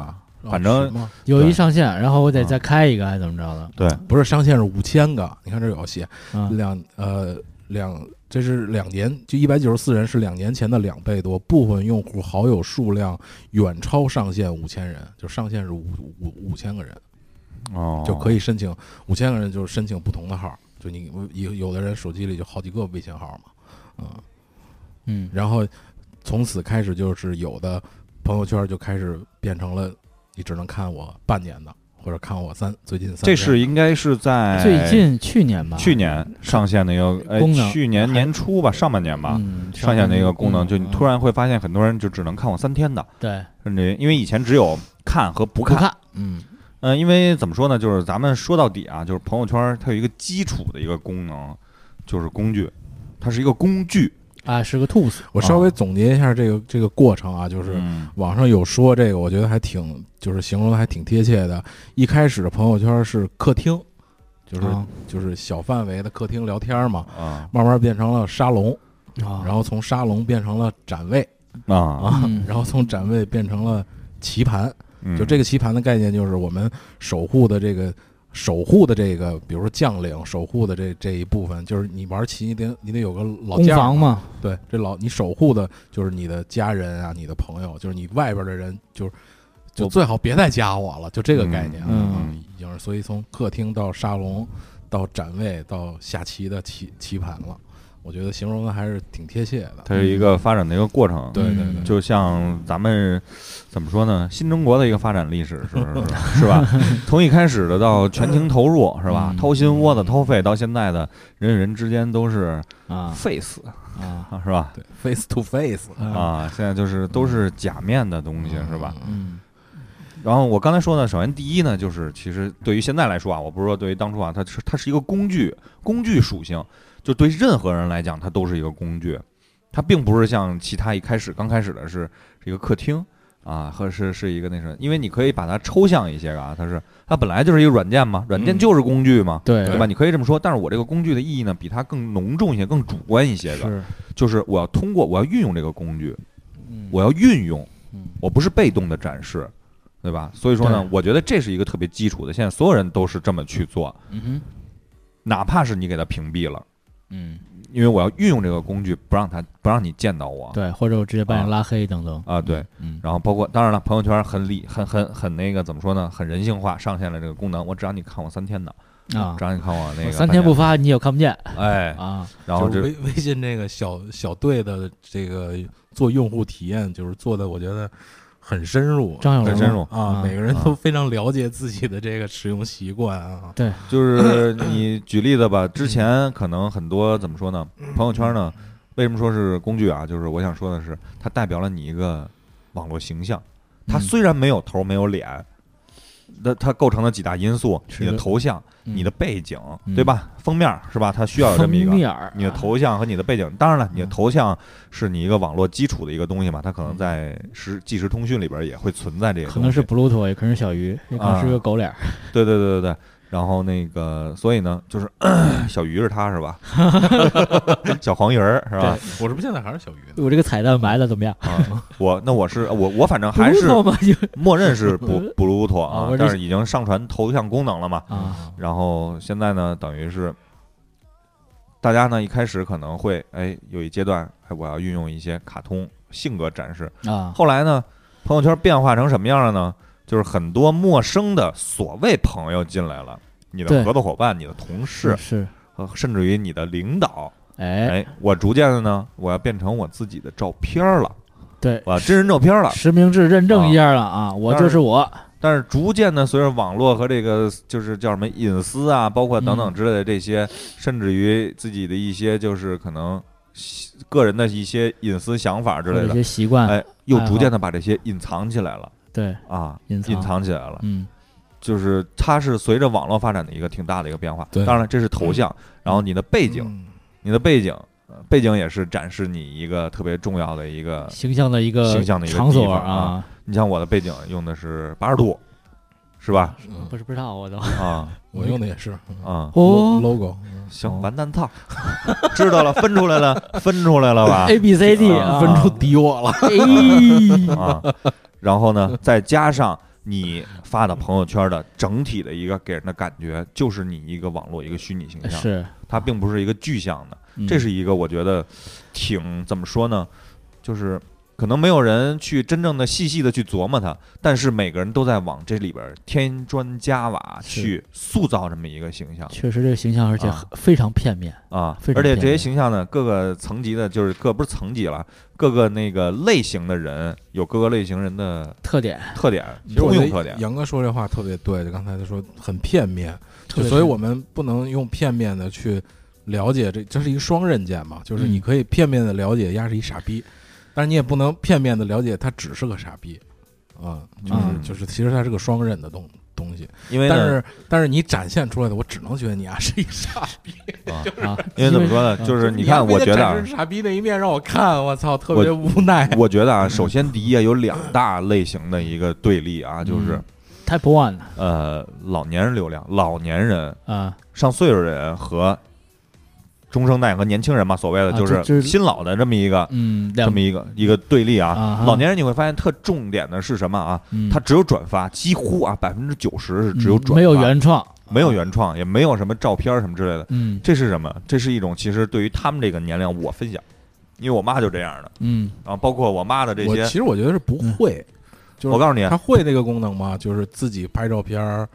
A: 啊
C: 反正
A: 群嘛
B: 有一
C: 对
B: 上限，然后我得
C: 啊
B: 再开一个还是怎么着的，
C: 对，
A: 不是上限是五千个，你看这有写
B: 啊
A: 两呃两，这是两年就一百九十四人是两年前的两倍多，部分用户好友数量远超上限五千人，就上限是五五五千个人，
C: 哦，
A: 就可
C: 以
A: 以申请五千个人，就是申请不同的号，就你有有的人手机里就好几个微信号嘛，嗯，
B: 嗯
A: 然后从此开始就是有的朋友圈就开始变成了你只能看我半年的，或者看我三最近三
C: 这
A: 天
C: 是应该是在
B: 最。近去年吧，
C: 哎去年上线的一个，哎
B: 啊功能，
C: 去年年初吧，上半年吧，
B: 嗯，
C: 上线的一个功能，就你突
B: 然
C: 然会发现很多人就只能看我三天的，
B: 对
C: 甚至因为以前只有看和
B: 嗯
C: 不
B: 不
C: 看，
B: 看，
A: 嗯
C: 嗯，因为怎么说呢，就是咱们说到底啊，就是朋友圈它有一个基础的一个功能，就是工具，它是一个工具，
B: 啊，是个 tools，
A: 我稍微总结一下这个这个过程啊，就是
C: 嗯
A: 网上有说这个，我觉得还挺，就是形容的还挺贴切的。一开始的朋友圈是客厅，就是、
B: 啊
A: 就是小范围的客厅聊天嘛，
C: 啊
A: 慢慢变成了沙龙，
B: 啊
A: 然后从沙龙变成了展位
C: 啊，
A: 啊，
B: 嗯
A: 然后从展位变成了棋盘。
C: 嗯
A: 就这个棋盘的概念，就是我们守护的这个守护的这个，比如说将领守护的这这一部分，就是你玩棋你得你得有个老
B: 攻
A: 将
B: 防
A: 嘛，
B: 嘛，
A: 对，这老你守护的就是你的家人啊，你的朋友，就是你外边的人，就是就
C: 我
A: 最好别再加我了，就这个概念啊，啊
B: 嗯
A: 已经是所以从客厅到沙龙，到展位，到下棋的棋棋盘了，我觉得形容的还是挺贴切的。
C: 它是一个发展的一个过程，
A: 对对对，
B: 嗯
C: 就像咱们怎么说呢，新中国的一个发展历史，是不是 是吧？从一开始的到全情投入，是吧
B: 嗯？
C: 掏心窝子掏肺，到现在的人与人之间都是
B: 啊
C: face，
B: 啊
C: 是吧？
A: 对 face to face
C: 啊，现在就是都是假面的东西，是吧？
B: 嗯
C: 然后我刚才说呢，首先第一呢，就是其实对于现在来说啊，我不是说对于当初啊，它是它是一个工具，工具属性，就对任何人来讲，它都是一个工具，它并不是像其他一开始刚开始的是是一个客厅啊，或者是是一个那什么，因为你可以把它抽象一些啊，它是它本来就是一个软件嘛，软件
A: 嗯
C: 就是工具嘛，
B: 对
C: 对吧？你可以这么说，但是我这个工具的意义呢，比它更浓重一些，更主观一些的，
B: 是
C: 就是我要通过我要运用这个工具，
B: 嗯
C: 我要运用，
B: 嗯
C: 我不是被动的展示，对吧？所以说呢
B: 对，
C: 我觉得这是一个特别基础的，现在所有人都是这么去做，
B: 嗯哼
C: 哪怕是你给它屏蔽了，
B: 嗯
C: 因为我要运用这个工具，不让它不让你见到我。
B: 嗯对，或者我直接把
C: 啊
B: 你拉黑等等
C: 啊，对，
B: 嗯
C: 然后包括当然了，朋友圈很理很很很那个怎么说呢？很人性化，上线了这个功能，我只让你看我三天的，
B: 啊
C: 只，让你看我那个
B: 三天
C: 半
B: 不发你也看不见
C: 哎，
B: 啊，
C: 然后
A: 就是
C: 这
A: 微微信这个小小队的这个做用户体验，就是做的我觉得很深入，
B: 张小龙
C: 很深入，
A: 啊，
B: 啊
A: 每个人
C: 啊
A: 都非常了解自己的这个使用习惯啊，
B: 对
C: 就是你举例子吧，之前可能很多怎么说呢？朋友圈呢，为什么说是工具啊？就是我想说的是，它代表了你一个网络形象。它
B: 嗯
C: 虽然没有头没有脸，那它构成了几大因素：
B: 是
C: 你的
B: 的
C: 头像、
B: 嗯
C: 你的背景，
B: 嗯
C: 对吧？封面是吧？它需要有这么一个
B: 封。面儿
C: 你的
B: 啊
C: 头像和你的背景，当然了，你的
B: 嗯
C: 头像是你一个网络基础的一个东西嘛，它可能在实即时通讯里边也会存在这些东西。
B: 可
C: 啊
B: 能是 Bluetooth，也可能是小鱼，也可能是个狗脸儿，
C: 对对对对对。然后那个，所以呢，就是 小鱼是他是吧？ 小黄鱼儿是吧？
A: 我是不是现在还是小鱼呢？
B: 我这个彩蛋埋的怎么样？
C: 啊，我那我是我我反正还是
B: Bluetooth 吗？就
C: 默认是布布鲁托
B: 啊
C: 啊
B: 我，这
C: 但是已经上传头像功能了嘛。
B: 啊，
C: 然后现在呢，等于是大家呢一开始可能会哎有一阶段，哎我要运用一些卡通性格展示。
B: 啊，
C: 后来呢，朋友圈变化成什么样了呢？就是很多陌生的所谓朋友进来了，你的
B: 对
C: 合作伙伴、你的同事
B: 是，是，
C: 呃，甚至于你的领导。
B: 哎，
C: 哎，我逐渐的呢，我要变成我自己的照片了，
B: 对，
C: 我真人照片了。
B: 实名制认证一下了啊，我就是我，
C: 但是逐渐的，随着网络和这个就是叫什么隐私啊，包括等等
B: 嗯
C: 之类的这些，甚至于自己的一些就是可能个人的一些隐私想法之
B: 我
C: 类
B: 的一
C: 的，
B: 些习惯，
C: 哎，又
B: 爱好
C: 逐渐的把这些隐藏起来了
B: 对，
C: 啊，
B: 隐藏
C: 隐藏起来了。
B: 嗯，
C: 就是它是随着网络发展的一个挺大的一个变化。
A: 对
C: 当然了这是
B: 嗯
C: 头像，然后你的背景，
A: 嗯
C: 你的背景，呃背景也是展示你一个特别重要的一个。
B: 形象的一个
C: 形象的一个
B: 场
C: 地
B: 所
C: 方
B: 啊，
C: 你像我的背景用的是八十度，是吧？
A: 嗯
B: 不是不知道我都
C: 啊
A: 我用的也是
C: 啊，
A: lo-
B: 哦
A: logo，嗯
C: 行，完蛋操，知道了，分出来了，分出来了吧？
B: ，A B C D 啊，
A: 分出敌我了，
B: 哎
C: 啊，然后呢，再加上你发的朋友圈的整体的一个给人的感觉，就是你一个网络一个虚拟形象，
B: 是，
C: 它并不是一个具象的。
B: 嗯
C: 这是一个我觉得挺怎么说呢，就是可能没有人去真正的细细的去琢磨它，但是每个人都在往这里边儿添砖加瓦
B: 是
C: 去塑造这么一个形象
B: 确实这个形象，而且
C: 啊
B: 很非常片面，
C: 啊
B: 非，常
C: 而且
B: 偏
C: 这些
B: 门
C: 形象呢，各个层级的，就是各不是层级了，各个那个类型的人有各个类型人的
B: 特点，
C: 特点，
A: 其实我
C: 通
A: 觉
C: 用特
A: 得
C: 点，
A: 杨哥说这话特别对，就刚才他说很片面，就
B: 特别
A: 所以
B: 片
A: 我们不能用片面的去了解这，这是一个双刃剑嘛，就是你
B: 嗯
A: 可以片面的了解丫是一傻逼，但是你也不能片面的了解他只是个傻逼，啊，就是
C: 嗯
A: 就是其实它是个双刃的东东西，
C: 因为
A: 但
C: 呢，
A: 是但是你展现出来的，我只能觉得你啊是一傻逼，
B: 啊，
C: 因为怎么说
A: 嗯
C: 呢，就是是 你看，
A: 还非
C: 我觉得啊
A: 展示傻逼那一面让我看，我操，特别无奈，
C: 我觉得啊，首先第一啊，有两大类型的一个对立啊，就是
B: 嗯 Type One 啊
C: 呃，老年人流量，老年人
B: 啊，
C: 上岁数的人和中生代和年轻人嘛，所谓的
B: 啊
C: 就
B: 这这
C: 是新老的这么一个、
B: 嗯，
C: 这
B: 两
C: 么一个一个对立
B: 啊
C: 啊
B: 哈。
C: 老年人你会发现特重点的是什么啊？
B: 嗯
C: 他只有转发，几乎啊百分之九十是只有转发，
B: 没有原创，
C: 没有原创，也没有什么照片什么之类的。
B: 嗯
C: 这是什么？这是一种其实对于他们这个年龄，我分享，因为我妈就这样的
B: 嗯
C: 啊，包括我妈的这
A: 我
C: 些
A: 其，实我觉得是不会，就是
C: 我告诉你啊
A: 他，会这个功能吗？就是自己拍照片儿，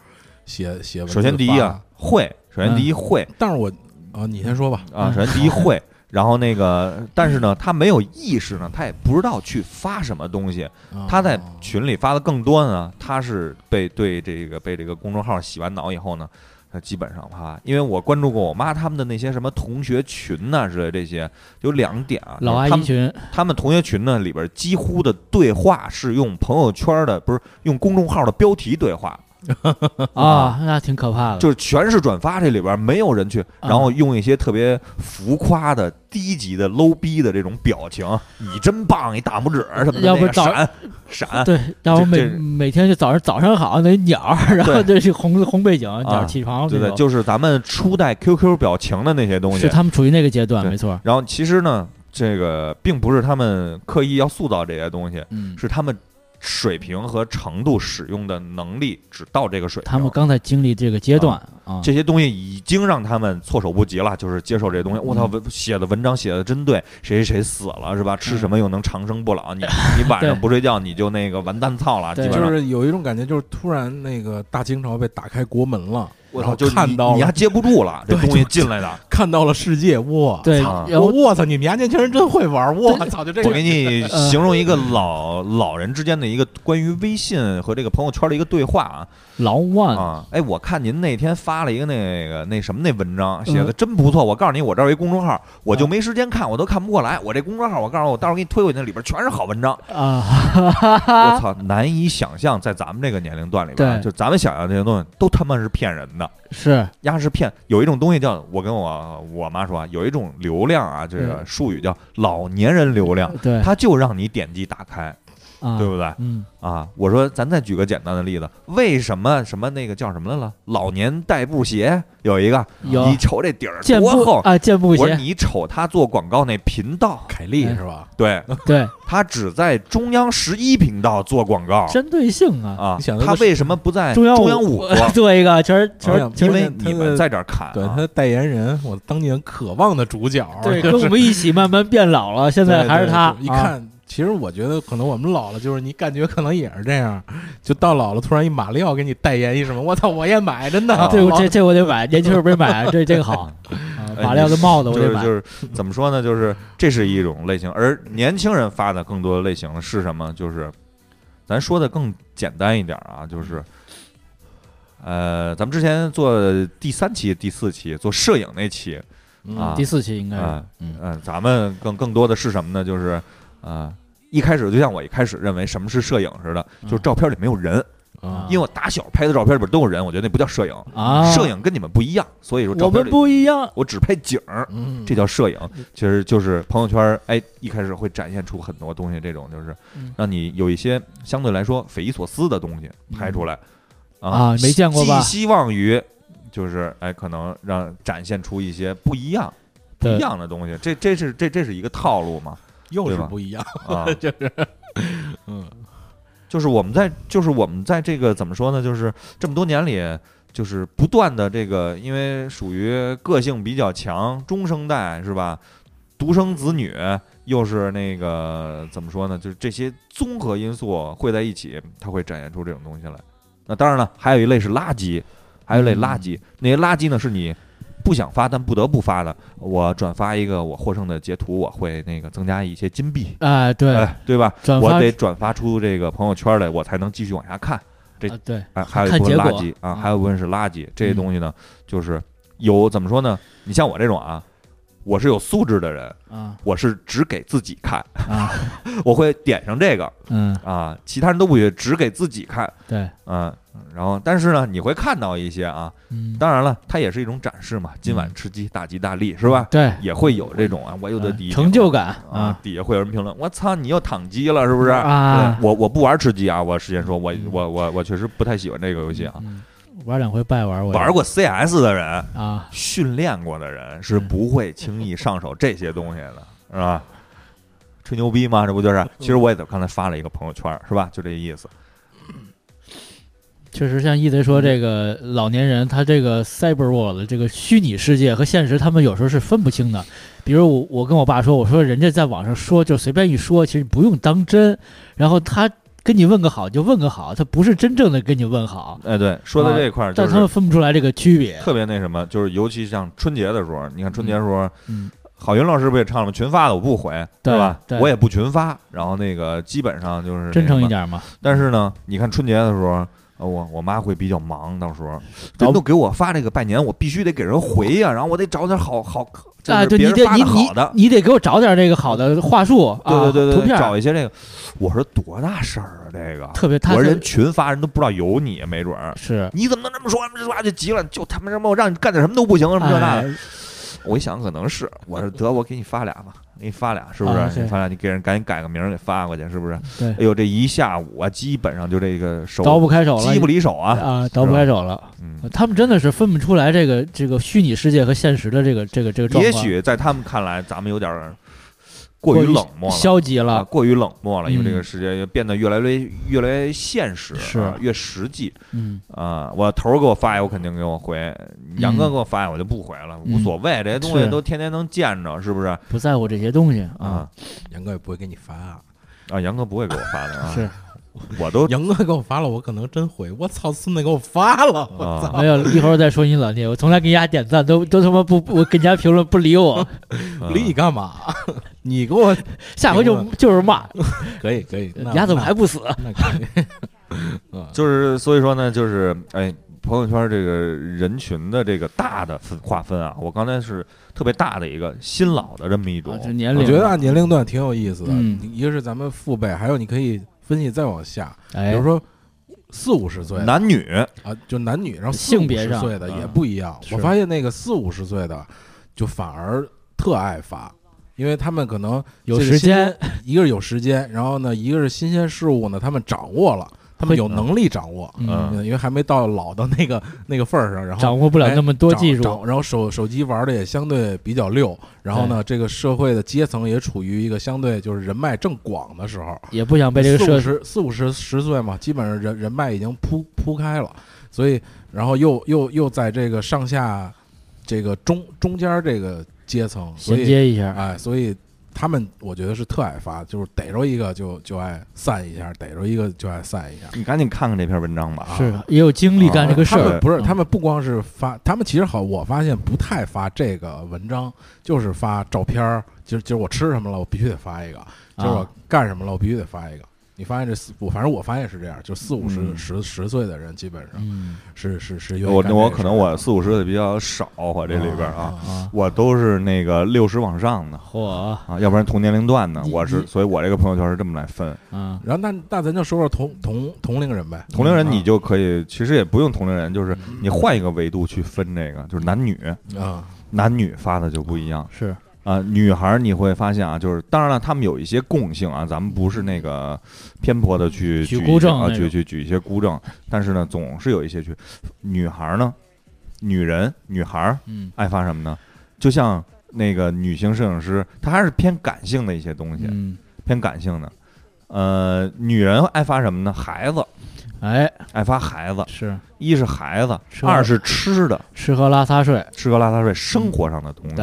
A: 写写文字
C: 首先第一啊会，首先第一会
A: 发，但是我啊，你先说吧。
B: 嗯
C: 啊，首先 第一会，然后那个，但是呢，他没有意识呢，他也不知道去发什么东西，
B: 哦
A: 啊
C: 他在群里发的更多呢，他是被对这个被这个公众号洗完脑以后呢。他基本上哈，因为我关注过我妈他们的那些什么同学群呐、之类这些，有两点啊，
B: 老
C: 就是
B: 阿
C: 他
B: 姨
C: 们
B: 群，
C: 他们同学群呢里边几乎的对话是用朋友圈的，不是用公众号的标题对话，
B: 啊，那挺可怕的。
C: 就是全是转发，这里边没有人去，
B: 啊
C: 然后用一些特别浮夸的、低级的、low 逼的这种表情，你真棒，一大拇指什么的那个，
B: 嗯要不早
C: 闪闪，
B: 对，然后
C: 这
B: 每
C: 这
B: 每天就早上早上好，那鸟儿，然后这是红红背景，鸟
C: 啊
B: 儿起床
C: 对
B: 这
C: 对，
B: 种，
C: 就是咱们初代 QQ 表情的那些东
B: 是
C: 西。
B: 他们处于那个阶段，
C: 对
B: 没错。
C: 然后其实呢，这个并不是他们刻意要塑造这些东西，
B: 嗯，
C: 是他们水平和程度使用的能力只到这个水平。
B: 他们刚在经历这个阶段啊，
C: 这些东西已经让他们措手不及了，就是接受这些东西。我操，
B: 嗯
C: 文写的文章写的真对，谁谁谁死了是吧？吃什么又能长生不老？ 你你晚上不睡觉你就那个完蛋操了，基
B: 对
C: 本
A: 就
C: 上。
A: 是有一种感觉，就是突然那个大清朝被打开国门了，
C: 我
A: 然
C: 操，
A: 后
C: 就
A: 看
C: 你
A: 到
C: 你还
A: 了
C: 接不 住了，这
A: 对
C: 东西
A: 就
C: 进来的。
A: 看到了世界，哇！
B: 对，
C: 啊
B: 然
A: 我
B: 后
A: 我操，你们家年轻人真会玩！我操，就这
C: 我
A: 个嗯
C: 给你形容一个老老人之间的一个关于微信和这个朋友圈的一个对话啊
B: 老
A: 嗯
B: one
C: 啊！哎，我看您那天发了一个那个那什么那文章，
A: 嗯
C: 写的真不错。我告诉你，我这儿有一公众号，我就
B: 啊
C: 没时间看，我都看不过来。我这公众号，我告诉你，我待会儿给你推过去，那里边全是好文章。
B: 啊，
C: 我操，难以想象，在咱们这个年龄段里边啊，
B: 对
C: 就咱们想象这些东西都他妈是骗人的，
B: 是
C: 压是骗。有一种东西叫，我跟我我妈说啊，有一种流量啊，这个
B: 嗯
C: 术语叫老年人流量，
B: 对
C: 它就让你点击打开，
B: 啊
C: 对，不对？
B: 嗯，
C: 啊，我说咱再举个简单的例子，为什么什么那个叫什么来了？老年代步鞋有一个，
B: 有
C: 你瞅这底儿
B: 健
C: 多
B: 步
C: 厚。
B: 啊，健步
C: 我说
B: 鞋，
C: 你瞅他做广告那频道，
A: 凯莉是吧？
C: 对
B: 对，
C: 他只在中央十一频道做广告，
B: 针对性啊，
C: 啊
A: 你想，
C: 他
A: 他
C: 为什么不在
B: 中央
C: 啊中央五
B: 五
C: 做？
B: 做一个，全是全
A: 哎呀
B: 是全
C: 因
B: 是
C: 为
A: 他的
C: 你们在这儿砍、啊，
A: 对，他的代言人，我当年渴望的主角，
B: 对，
A: 就
B: 跟
A: 是
B: 我们一起慢慢变老了，现在
A: 对
B: 还是
A: 对
B: 他
A: 就，一
B: 啊
A: 看，其实我觉得可能我们老了，就是你感觉可能也是这样，就到老了，突然一马里奥给你代言一什么，我操，我也买，真的
C: 啊。
B: 对，我这这我得买，年轻时候没买，这这 个好。啊，
C: 哎
B: 马里奥的帽子我
C: 就
B: 得
C: 是
B: 买。
C: 就是怎么说呢？就是这是一种类型，而年轻人发的更多的类型是什么？就是咱说的更简单一点啊，就是呃，咱们之前做第三期、第四期做摄影那期，
A: 嗯
C: 啊
B: 第四期应该是
C: 啊，
B: 嗯
C: 嗯、咱们更更多的是什么呢？就是呃，一开始就像我一开始认为什么是摄影似的，
B: 嗯
C: 就是照片里没有人，
A: 啊
C: 因为我打小拍的照片里边都有人，我觉得那不叫摄影。
B: 啊，
C: 摄影跟你们不一样，所以说
B: 我
C: 照片
B: 们
C: 里
B: 不一样，
C: 我只拍景儿，
A: 嗯，
C: 这叫摄影。其实就是朋友圈儿，哎，一开始会展现出很多东西，这种就是
B: 嗯
C: 让你有一些相对来说匪夷所思的东西拍出来
B: 啊没见过吧
C: 寄希望于就是哎，可能让展现出一些不一样。不一
B: 对
C: 样的东西，这这是这这是一个套路嘛？
A: 又
C: 对
A: 是
C: 吧
A: 不一样，
C: 啊，
A: 就是，嗯，
C: 就是我们在就是我们在这个怎么说呢？就是这么多年里，就是不断的这个，因为属于个性比较强，中生代是吧？独生子女又是那个怎么说呢？就是这些综合因素汇在一起，它会展现出这种东西来。那当然了，还有一类是垃圾，还有一类垃
A: 嗯
C: 圾，那些垃圾呢是你不想发但不得不发的。我转发一个我获胜的截图，我会那个增加一些金币，
B: 哎，对，
C: 哎，对吧？
B: 转
C: 我
B: 发啊
C: 得转发出这个朋友圈来，我才能继续往下看。这
B: 啊对，
C: 啊，还有一
B: 看
C: 部分
B: 结
C: 垃
B: 果
C: 圾啊，
B: 嗯
C: 还有一部分是垃圾。这些东西呢，就是有怎么说呢？你像我这种啊，我是有素质的人，
B: 啊
C: 我是只给自己看，
B: 啊，
C: 我会点上这个
B: 嗯，
C: 啊，其他人都不许，只给自己看，
B: 对，
C: 嗯，然后但是呢，你会看到一些啊，
B: 嗯，
C: 当然了，它也是一种展示嘛，今晚吃鸡，大吉大利，是吧？
B: 对，嗯
C: 也会有这种啊，我又得第一名了
B: 成就感
C: 啊，底下会有人评论，我操，你又躺机了，是不是？
B: 啊，
C: 我我不玩吃鸡啊，我事先说，我我我我确实不太喜欢这个游戏啊。
B: 嗯玩两回拜玩我
C: 玩过 CS 的人，
B: 啊，
C: 训练过的人是
B: 嗯
C: 不会轻易上手这些东西的，是吧？吹牛逼吗？这不
B: 嗯
C: 就是？其实我也刚才发了一个朋友圈，是吧？就这意思。
B: 确实像 E 一贼说，这个老年人他这个 cyber world 这个虚拟世界和现实，他们有时候是分不清的。比如我我跟我爸说，我说人家在网上说就随便一说，其实不用当真。然后他跟你问个好就问个好，他不是真正的跟你问好，
C: 哎，对，说到这一块儿，
B: 嗯
C: 就
B: 啊但他们
C: 是
B: 分不出来这个区别。
C: 特别那什么，就是尤其像春节的时候，你看春节的时候，
B: 嗯，
C: 郝云老师不也唱了吗？群发的我不回，
B: 对
C: 是吧？
B: 对
C: 我也不群发，然后那个基本上就是那
B: 真诚
C: 什
B: 一
C: 么
B: 点嘛，
C: 但是呢，你看春节的时候，呃我我妈会比较忙，到时候
B: 搞
C: 人都给我发这个拜年，我必须得给人回呀、然后我得找点好好，就
B: 啊，
C: 是
B: 对
C: 别
B: 你
C: 人
B: 得
C: 发
B: 你
C: 的好的。
B: 你你得给我找点这个好的话术啊，
C: 对对对
B: 图
C: 对对，
B: 片
C: 找
B: 儿
C: 一些这个，我说多大事儿啊，这个，
B: 特别他
C: 我说
B: 是
C: 人群发人都不知道有你，没准儿，
B: 是
C: 你怎么能这么说？这哇就急了，就他妈什么，我让你干点什么都不行，什么这那的。
B: 哎
C: 我一想可能是，我说得我给你发俩吧，给你发俩，是不是？
B: 啊是
C: 你发俩，你给人赶紧改个名儿给发过去，是不是？
B: 对
C: 哎呦，这一下午啊，基本上就这个手
B: 倒不开手了，
C: 机不离手啊，
B: 啊，呃倒不开手了。
C: 嗯，
B: 他们真的是分不出来这个这个虚拟世界和现实的这个这个这个状
C: 也
B: 况，
C: 许在他们看来，咱们有点儿
B: 过
C: 过于冷漠了。
B: 消极
C: 啊，
B: 了。
C: 过于冷漠了，因为
B: 嗯
C: 这个世界变得越来越越来越现实，
B: 是
C: 啊越实际
B: 嗯，
C: 啊！我头儿给我发呀，我肯定给我回；杨哥给我发呀，我就不回了，无
B: 嗯
C: 所谓，这些东西
B: 是啊
C: 都天天能见着，是不是？
B: 不在乎这些东西啊
C: 啊。
A: 杨哥也不会给你发、啊，
C: 啊，杨哥不会给我发的啊，
B: 是
C: 我都
A: 杨哥给我发了，我可能真回，我操，孙子给我发了，我
C: 啊
A: 操，
B: 没有，一会儿再说你老聂，我从来给人家点赞都都他妈不，我给人家评论不理我，
C: 嗯
A: 理你干嘛？你给我
B: 下回就
A: 评
B: 就是骂，
A: 可以可以，
B: 你
A: 那
B: 丫怎么还不死？
A: 那可以？嗯，
C: 就是所以说呢，就是哎，朋友圈这个人群的这个大的分划分啊，我刚才是特别大的一个新老的这么一种
B: 啊这年
A: 我
B: 龄，
A: 觉得按年龄段挺有意思的，
B: 嗯
A: 一个是咱们父辈，还有你可以分析再往下，比
B: 哎
A: 如，说四五十岁的
C: 男女
A: 啊，就男女，然后
B: 性别
A: 40
B: 上
A: 岁的也
B: 嗯
A: 不一样。
B: 是
A: 我发现那个四五十岁的，就反而特爱发，因为他们可能
B: 有
A: 这个
B: 时间
A: 新鲜，一个是有时间，然后呢，一个是新鲜事物呢，他们掌握了，他们
B: 会
A: 有能力掌握，
B: 嗯
A: 嗯因为还没到老到那个那个份儿上，然后
B: 掌握不了
A: 哎
B: 那么多
A: 掌
B: 技术，
A: 掌然后手手机玩的也相对比较溜，然后呢，这个社会的阶层也处于一个相对就是人脉正广的时候，
B: 也不想被这个
A: 四五
B: 社
A: 十四五十十岁嘛，基本上人人脉已经铺铺开了，所以然后又又又在这个上下这个中中间这个阶层，所以
B: 衔接一下，
A: 哎，所以他们我觉得是特爱发，就是逮着一个就就爱散一下，逮着一个就爱散一下。
C: 你赶紧看看这篇文章吧。
A: 啊
B: 是也有精力干这个事
A: 哦他
B: 儿
A: 们，不是，他
B: 嗯
A: 们不光是发，他们其实好，我发现不太发这个文章，就是发照片儿。今儿今儿我吃什么了，我必须得发一个；今儿我
B: 啊
A: 干什么了，我必须得发一个。你发现这四，我反正我发现是这样，就四五十、
C: 嗯
A: 十十岁的人，基本上
B: 嗯
A: 是是是愿意
C: 我
A: 干这
C: 我
A: 个
C: 可
A: 事儿
C: 能我四五十岁的比较少，我这里边儿啊，
B: 啊，
C: 我都是那个六十往上的
B: 嚯，
C: 啊，要不然同年龄段的，
B: 你
C: 我是，
B: 你
C: 所以我这个朋友圈是这么来分。
B: 嗯，
A: 然后那那咱就说说同同同龄人呗，
C: 同龄人你
A: 啊
C: 就可以，其实也不用同龄人，就是
B: 嗯
C: 你换一个维度去分这个，就是男女，
A: 啊，
C: 男女发的就不一样
B: 是
C: 啊。女孩儿你会发现啊，就是当然了，她们有一些共性啊，咱们不是那个偏颇的去
B: 举
C: 一
B: 孤
C: 些
B: 证
C: 啊，
B: 那
C: 举
B: 种
C: 举举一些孤证，但是呢，总是有一些去。女孩儿呢，女人女孩儿
B: 嗯
C: 爱发什么呢？就像那个女性摄影师，她还是偏感性的一些东西，
B: 嗯，
C: 偏感性的。呃，女人爱发什么呢？孩子
B: 哎
C: 爱发孩子，
B: 是
C: 一是孩子，
B: 吃喝
C: 二是吃的，
B: 吃喝拉撒睡，哎
C: 吃喝拉撒睡，生活上的东
A: 嗯
C: 西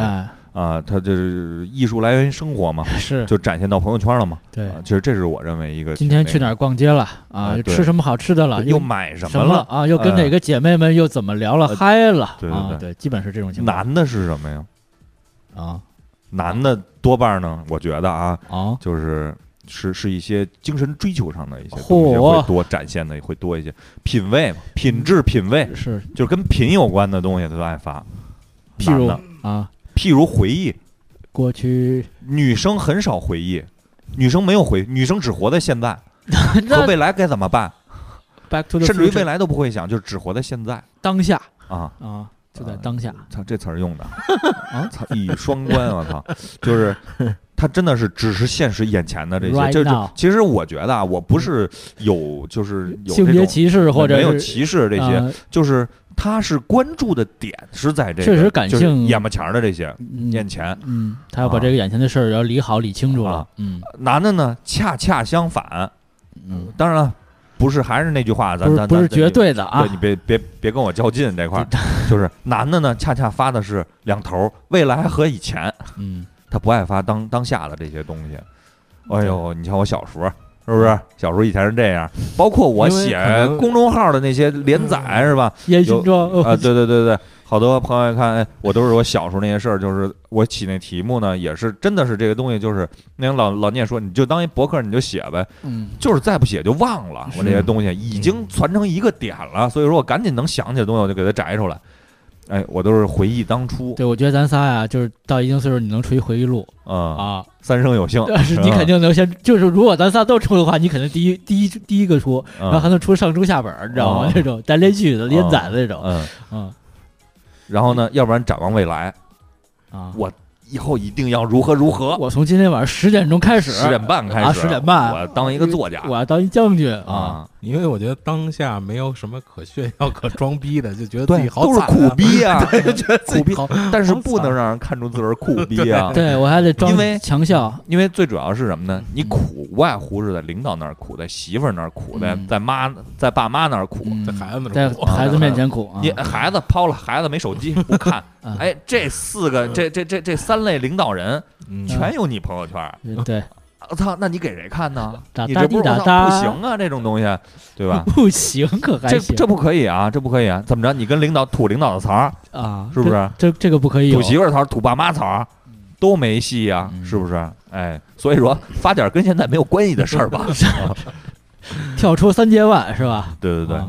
C: 啊、
B: 对。
C: 它就是艺术来源于生活嘛，
B: 是，
C: 就展现到朋友圈了嘛。
B: 对。
C: 啊，其实这是我认为一个
B: 今天去
C: 那
B: 哪儿逛街了啊？
C: 哎
B: 又
C: 对
B: 吃什么好吃的了？
C: 个又买什
B: 什
C: 么
B: 了
C: 了？
B: 啊？又跟
C: 呃
B: 哪个姐妹们又怎么聊了
C: 呃
B: 嗨了？
C: 对对
B: 啊
C: 对
B: 对，基本是这种情况。
C: 男的是什么呀？
B: 啊
C: 男的多半呢，我觉得啊，
B: 啊，
C: 就是是是一些精神追求上的一些东西
B: 嚯
C: 会多展现的，会多一些品味嘛，品质品味，
B: 是，
C: 就是跟品有关的东西他都爱发。
B: 譬如
C: 男的
B: 啊
C: 譬如回忆，
E: 过去
C: 女生很少回忆，女生没有回，女生只活在现在和
B: 那
C: 未来该怎么办，
B: Back to the
C: 甚至于
B: Future
C: 未来都不会想，就是只活在现在
B: 当下
C: 啊。
B: 啊，就在当下，
C: 操，这词儿用的啊，操，一语双关，我操，就是他真的是只是现实眼前的这些，
E: Right
C: 这就
E: now
C: 其实我觉得啊，我不是有就是有
E: 性
C: 这
E: 别
C: 种
E: 歧视或者
C: 没有
E: 是
C: 歧视这些，
B: 嗯
E: 啊
C: 就是他是关注的点是在这个，
B: 确实感
C: 就是
B: 性
C: 眼巴前儿的这些
B: 嗯
C: 眼前。
B: 嗯，他要把
C: 啊
B: 这个眼前的事儿要理好、理清楚了
C: 啊。
B: 嗯
C: 男的呢，恰恰相反，
B: 嗯，
C: 当然了，不是还是那句话，
B: 不
C: 咱
B: 是
C: 咱
B: 不是
C: 咱
B: 绝对的啊
C: 对你，别别别跟我较劲这块儿，就是男的呢，恰恰发的是两头儿，未来和以前，
B: 嗯，
C: 他不爱发当当下的这些东西。哎呦，你瞧我小时候是不是？小时候以前是这样，包括我
A: 因为
C: 写
A: 可能
C: 公众号的那些连载是吧？
B: 烟熏妆哦
C: 啊，对对对对，好多朋友一看，哎，我都是我小时候那些事儿，就是我起那题目呢，也是真的是这个东西，就是那老老聂说，你就当一博客你就写呗，
B: 嗯，
C: 就是再不写就忘了，我这些东西已经攒成一个点了，所以说我赶紧能想起来的东西我就给它摘出来。哎，我都是回忆当初，
B: 对，我觉得咱仨呀，就是到一定岁数，你能出一回忆录
C: 嗯，
B: 啊，
C: 三生有幸，
B: 但是你肯定能先，就是如果咱仨都出的话，你肯定第一第一第一个出，然后还
C: 嗯，
B: 能出上中下本儿，你知道吗
C: 哦？
B: 这种单连续的、连载的这种，
C: 嗯，
B: 嗯
C: 然后呢，要不然展望未来，
B: 啊，
C: 我以后一定要如何如何，
B: 我从今天晚上十点钟开始，
C: 十点半开
B: 啊
C: 始，
B: 10点半
C: 我当一个作家
B: 我要当一将军啊，
C: 啊，
A: 因为我觉得当下没有什么可炫耀、 可装逼的，就觉得自
C: 对，
A: 己好
C: 都是
A: 惨
C: 苦
A: 啊，
C: 逼啊，
A: 就觉得自己
C: 苦逼
A: 好，
C: 但是
A: 好
C: 不
A: 惨。
C: 能让人看出自个儿苦逼啊
B: 对我还得装
C: 因为
B: 强效，
C: 因为最主要是什么呢？你苦无外乎是在领导那儿苦，在媳妇儿那儿苦，在
B: 嗯
C: 在妈在爸妈那儿苦。
B: 嗯
A: 在孩子那
B: 在
A: 儿哭
B: 孩子面前苦啊，
C: 你孩子抛了，孩子没手机不看，
B: 啊，
C: 哎，这四个这这这这三类领导人
A: 嗯
C: 全有你朋友圈儿。
B: 对，
C: 我操，那你给谁看呢？
B: 打
C: 你
B: 哒
C: 这不
B: 滴打
C: 是我操
B: 哒？
C: 不行啊，这种东西，对吧
B: 不行，可还
C: 这
B: 行
C: 这不可以啊，这不可以啊！怎么着？你跟领导吐领导的槽儿，
B: 啊，
C: 是不
B: 这
C: 是？
B: 这这个不可以有
C: 吐媳妇儿槽儿，吐爸妈槽儿，都没戏呀、
B: 哎嗯
C: 是不是？哎，所以说发点儿跟现在没有关系的事儿吧。啊
B: 跳出三千万是吧？
C: 对对对，
B: 啊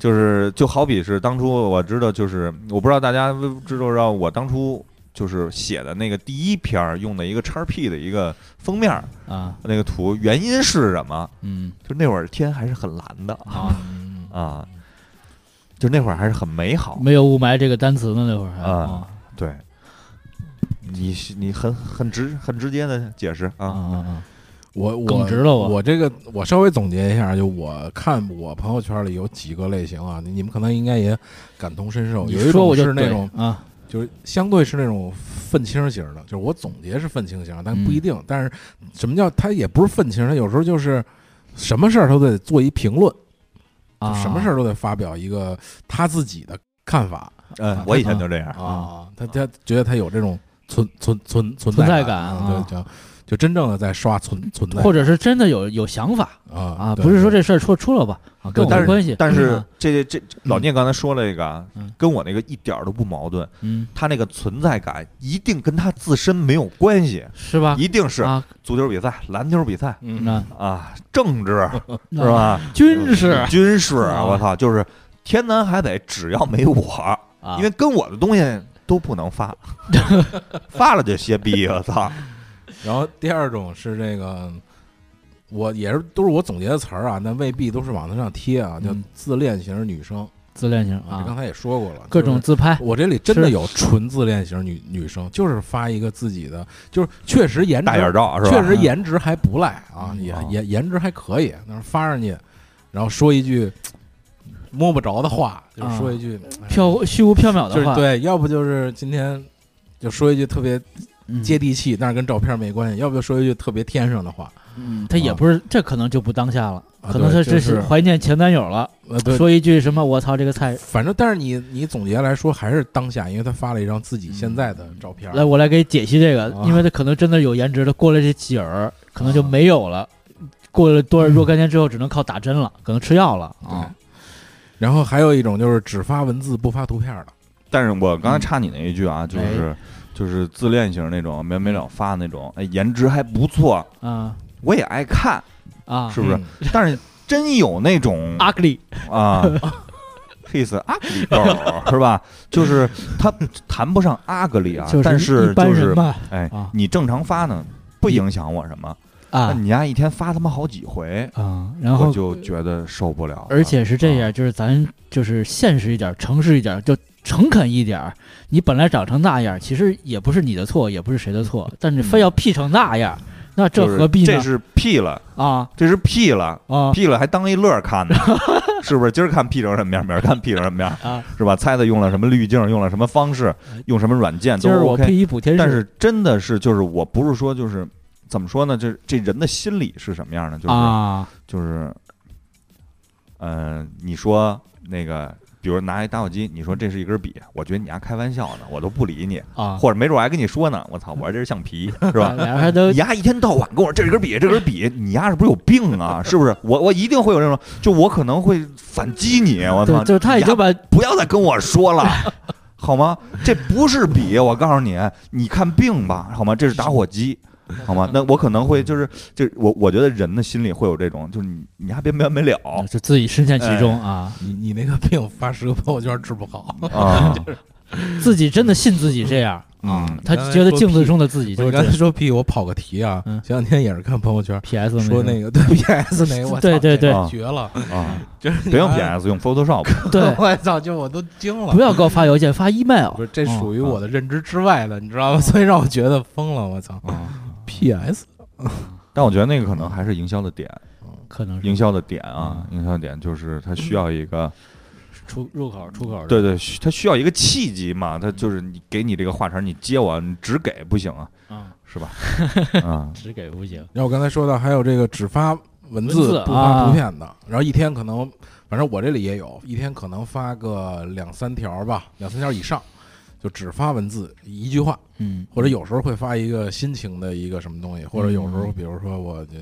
C: 就是就好比是当初我知道，就是我不知道大家知不知道，我当初就是写的那个第一篇儿用的一个叉 P 的一个封面儿
B: 啊，
C: 那个图，原因是什么？
B: 嗯
C: 就那会儿天还是很蓝的
B: 啊，
A: 嗯
C: 啊，就那会儿还是很美好。
B: 没有雾霾这个单词呢那会儿还
C: 啊对，你你很很直很直接的解释
B: 啊
C: 啊，
B: 啊啊，
A: 我我
B: 耿直了我
A: 我这个我稍微总结一下，就我看我朋友圈里有几个类型啊，你你们可能应该也感同身受。
B: 你
A: 有一
B: 说
A: 种
B: 我就是
A: 那
B: 对
A: 种，
B: 啊，
A: 就是相对是那种愤青型的，就是我总结是愤青型，但不
B: 嗯
A: 一定。但是什么叫他也不是愤青，他有时候就是什么事儿都得做一评论，就什么事
B: 儿
A: 儿都得发表一个他自己的看法
C: 嗯，我以前就这样。
A: 啊。他他觉得他有这种存存存存
B: 存在
A: 感
B: 感
A: 啊
B: 啊，
A: 对，就就真正的在刷存存在
B: 或者是真的有有想法
A: 啊
B: 啊，
A: 对
B: 不是说
A: 对
B: 这事儿出出了吧，啊跟我
C: 但
B: 没
C: 是
B: 关系，
C: 但是
B: 啊
C: 这这老聂刚才说了一个啊
B: 嗯，
C: 跟我那个一点儿都不矛盾。
B: 嗯
C: 他那个存在感一定跟他自身没有关系，
B: 是吧？
C: 一定是
B: 啊，
C: 足球比赛、篮球比赛
A: 嗯
B: 那
C: 啊，政治是
B: 那
C: 吧？
B: 军
A: 嗯
B: 事，
C: 军事，
B: 嗯啊
C: 我操，就是天南海北，只要没我，
A: 嗯
B: 啊
C: 因为跟我的东西都不能 发，发了就歇逼，我操！
A: 然后第二种是这个，我也是都是我总结的词儿啊，但未必都是往它上贴啊，叫
B: 嗯
A: 自恋型女生
B: 自恋型
A: 这刚
B: 啊，
A: 才也说过了，
B: 各
A: 就是
B: 种自拍，
A: 我这里真的
B: 是
A: 有纯自恋型女女生，就是发一个自己的，就是确实颜
C: 大眼
A: 值，
C: 罩是吧？
A: 确实颜值还不赖啊，
B: 嗯
A: 也
C: 啊
A: 也颜值还可以，但是发上去，然后说一句摸不着的话，就是说一句哎
B: 飘虚无缥缈
A: 就
B: 啊的
A: 是
B: 话，
A: 对，要不就是今天就说一句特别
B: 嗯
A: 接地气，但是跟照片没关系；要不就说一句特别天上的话，
B: 嗯，他也
A: 啊
B: 不是，这可能就不当下了，
A: 啊
B: 可能他
A: 对
B: 这
A: 就是
B: 怀念前男友了，
A: 呃，对，啊
B: 说一句什么“我操，这个菜
A: 反正但是你你总结来说还是当下，因为他发了一张自
B: 嗯
A: 己现在的照片，
B: 来，我来给解析这个，
A: 啊
B: 因为他可能真的有颜值的，过了这几儿，可能就没有了。过了多少若干年之后，只能靠打针了，可能吃药了啊。
A: 然后还有一种就是只发文字不发图片的，
C: 但是我刚才插你那一句啊，就
B: 嗯哎
C: 是就是自恋型那种，没没了发那种，哎，颜值还不错，
B: 啊
C: 我也 爱看，
B: 啊
C: 是不是
A: 嗯？
C: 但是真有那种
B: ，ugly
C: 啊， ，kiss 阿格里 girl 是吧？就是他谈不上阿格里啊，
B: 就
C: 但
B: 一般
C: 就
B: 人
C: 是
B: 吧，
C: 哎
B: 啊，
C: 你正常发呢，不影响我什么。那
B: 啊
C: 你家一天发他妈好几回，
B: 啊，然
C: 我
B: 后
C: 就啊觉得受不了了。
B: 而且是这样，就是咱就是现实一点，诚实一点，就诚恳一点儿。你本来长成那样，其实也不是你的错，也不是谁的错，但你非要 P 成那样，那这
C: 嗯就是
B: 何必
C: 这
B: 呢？
C: 是屁了，
B: 啊
C: 这是屁了，
B: 啊
C: 屁了还当一乐儿看呢， 是不是？今儿看屁成什么样，明儿看屁成什么样，
B: 啊！哎
C: 是吧？猜猜用了什么滤镜，用了什么方式，用什么软件都
B: 今儿我
C: OK。
B: P 一补天
C: 但
B: 是
C: 是真的是，就是我不是说就是怎么说呢？这这人的心理是什么样的？就是、
B: 啊
C: 就是，呃，你说那个，比如拿一打火机，你说这是一根笔，我觉得你丫开玩笑呢，我都不理你，
B: 啊，
C: 或者没准我还跟你说呢，我操，我说这是橡皮，是
B: 啊
C: 吧？
B: 俩人还 都
C: 你丫一天到晚跟我这是根笔，这根笔，你丫是不是有 病啊？是不是？我我一定会有这种，就我可能会反击你，我
B: 对
C: 操，，
B: 就是他已
C: 你丫
B: 经把
C: 不要再跟我说了， 好吗？这不是笔，我告诉你，你看病吧，好吗？这是打火机，好吗？那我可能会就是，就是我我觉得人的心里会有这种，就是你你还别没完没了
B: 嗯 就自己深陷
C: 哎
B: 其中啊，
A: 你你那个病发十个朋友圈治不好，
C: 啊，
B: 自己真的信自己这样啊
C: 嗯，
B: 他觉得镜子中的自己就
A: 我
B: 是
A: 刚
B: 这
A: 才说屁，我跑个题啊，
B: 嗯
A: 前两天也是看朋友圈
B: PS 没
A: 说
B: 事
A: 那个对 PS 那个，我操
B: 对对
A: 这个
C: 对
A: 绝了，
C: 啊！
A: 就是
C: 别用
A: 你看
C: PS，用 Photoshop
B: 对，
A: 我操，就我都惊了
B: 不。要给我发邮件，发 email
A: 不是，这
B: 嗯
A: 属于我的认知之外的，你知道吗？ 所以让我觉得疯了，我操
C: 啊。
A: ！PS
C: 但我觉得那个可能还是营销的点，
B: 可能
C: 营
B: 是
C: 销的点啊，营销的点就是它需要一个，
B: 出入口出口的
C: 对对，需它需要一个契机嘛，
B: 嗯
C: 它就是你给你这个话茬，你接我，你只给不行啊，
B: 啊，
C: 是吧？啊，
B: 只给不行。
A: 然后我刚才说到，还有这个只发文
B: 文字
A: 字不
B: 啊
A: 发图片的，然后一天可能，反正我这里也有一天可能发个两三条吧，两三条以上，就只发文字一句话，
B: 嗯，
A: 或者有时候会发一个心情的一个什么东西，或者有时候比如说我这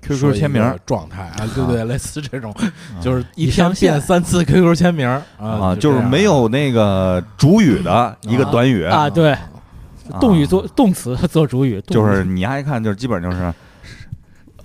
A: 这
C: QQ 签名
A: 说一个状态啊，对对，类似这种，就是一
B: 一上
A: 天变
B: 线
A: 三次 QQ 签名
C: 啊，
A: 啊，
C: 就
A: 这
C: 是
A: 样
C: 没有那个主语的一个短语，
B: 啊，对，动语做动词 做主语，动
C: 就
B: 语
C: 是你丫一看就是基本就是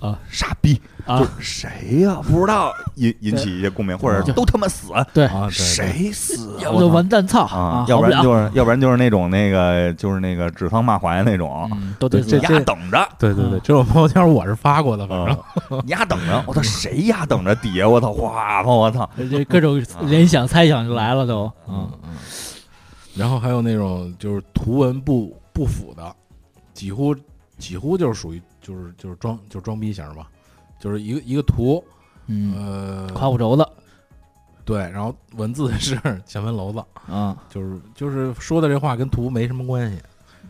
B: 啊
C: 傻逼，
B: 啊
C: 就是谁呀、不知道引引起一些共鸣，或者
B: 就
C: 都他妈死，
B: 对，
A: 啊，对对
C: 谁死啊？
B: 要不就
C: 我操
B: 完蛋操
C: 啊，要
B: 好
C: 不
B: 不
C: 然
B: 了，
C: 就是要不然就是那种那个就是那个指桑骂槐那种，
B: 嗯都得
A: 这嗯
B: 死
C: 你丫等着，
A: 对对对，
B: 嗯
A: 这种朋友圈我是发过的，反正
C: 啊你丫等着，我操谁丫等着底下我操哗吧我操，
B: 这各种
C: 啊
B: 联想猜想就来了都，嗯
A: 嗯，然后还有那种就是图文不不符的，几乎几乎就是属于就是就是装就是装逼型吧，就是一个一个图，
B: 嗯，
A: 呃，
B: 夸不着的
A: 对，然后文字 是前文篓子，
B: 啊，
A: 就是就是说的这话跟图没什么关系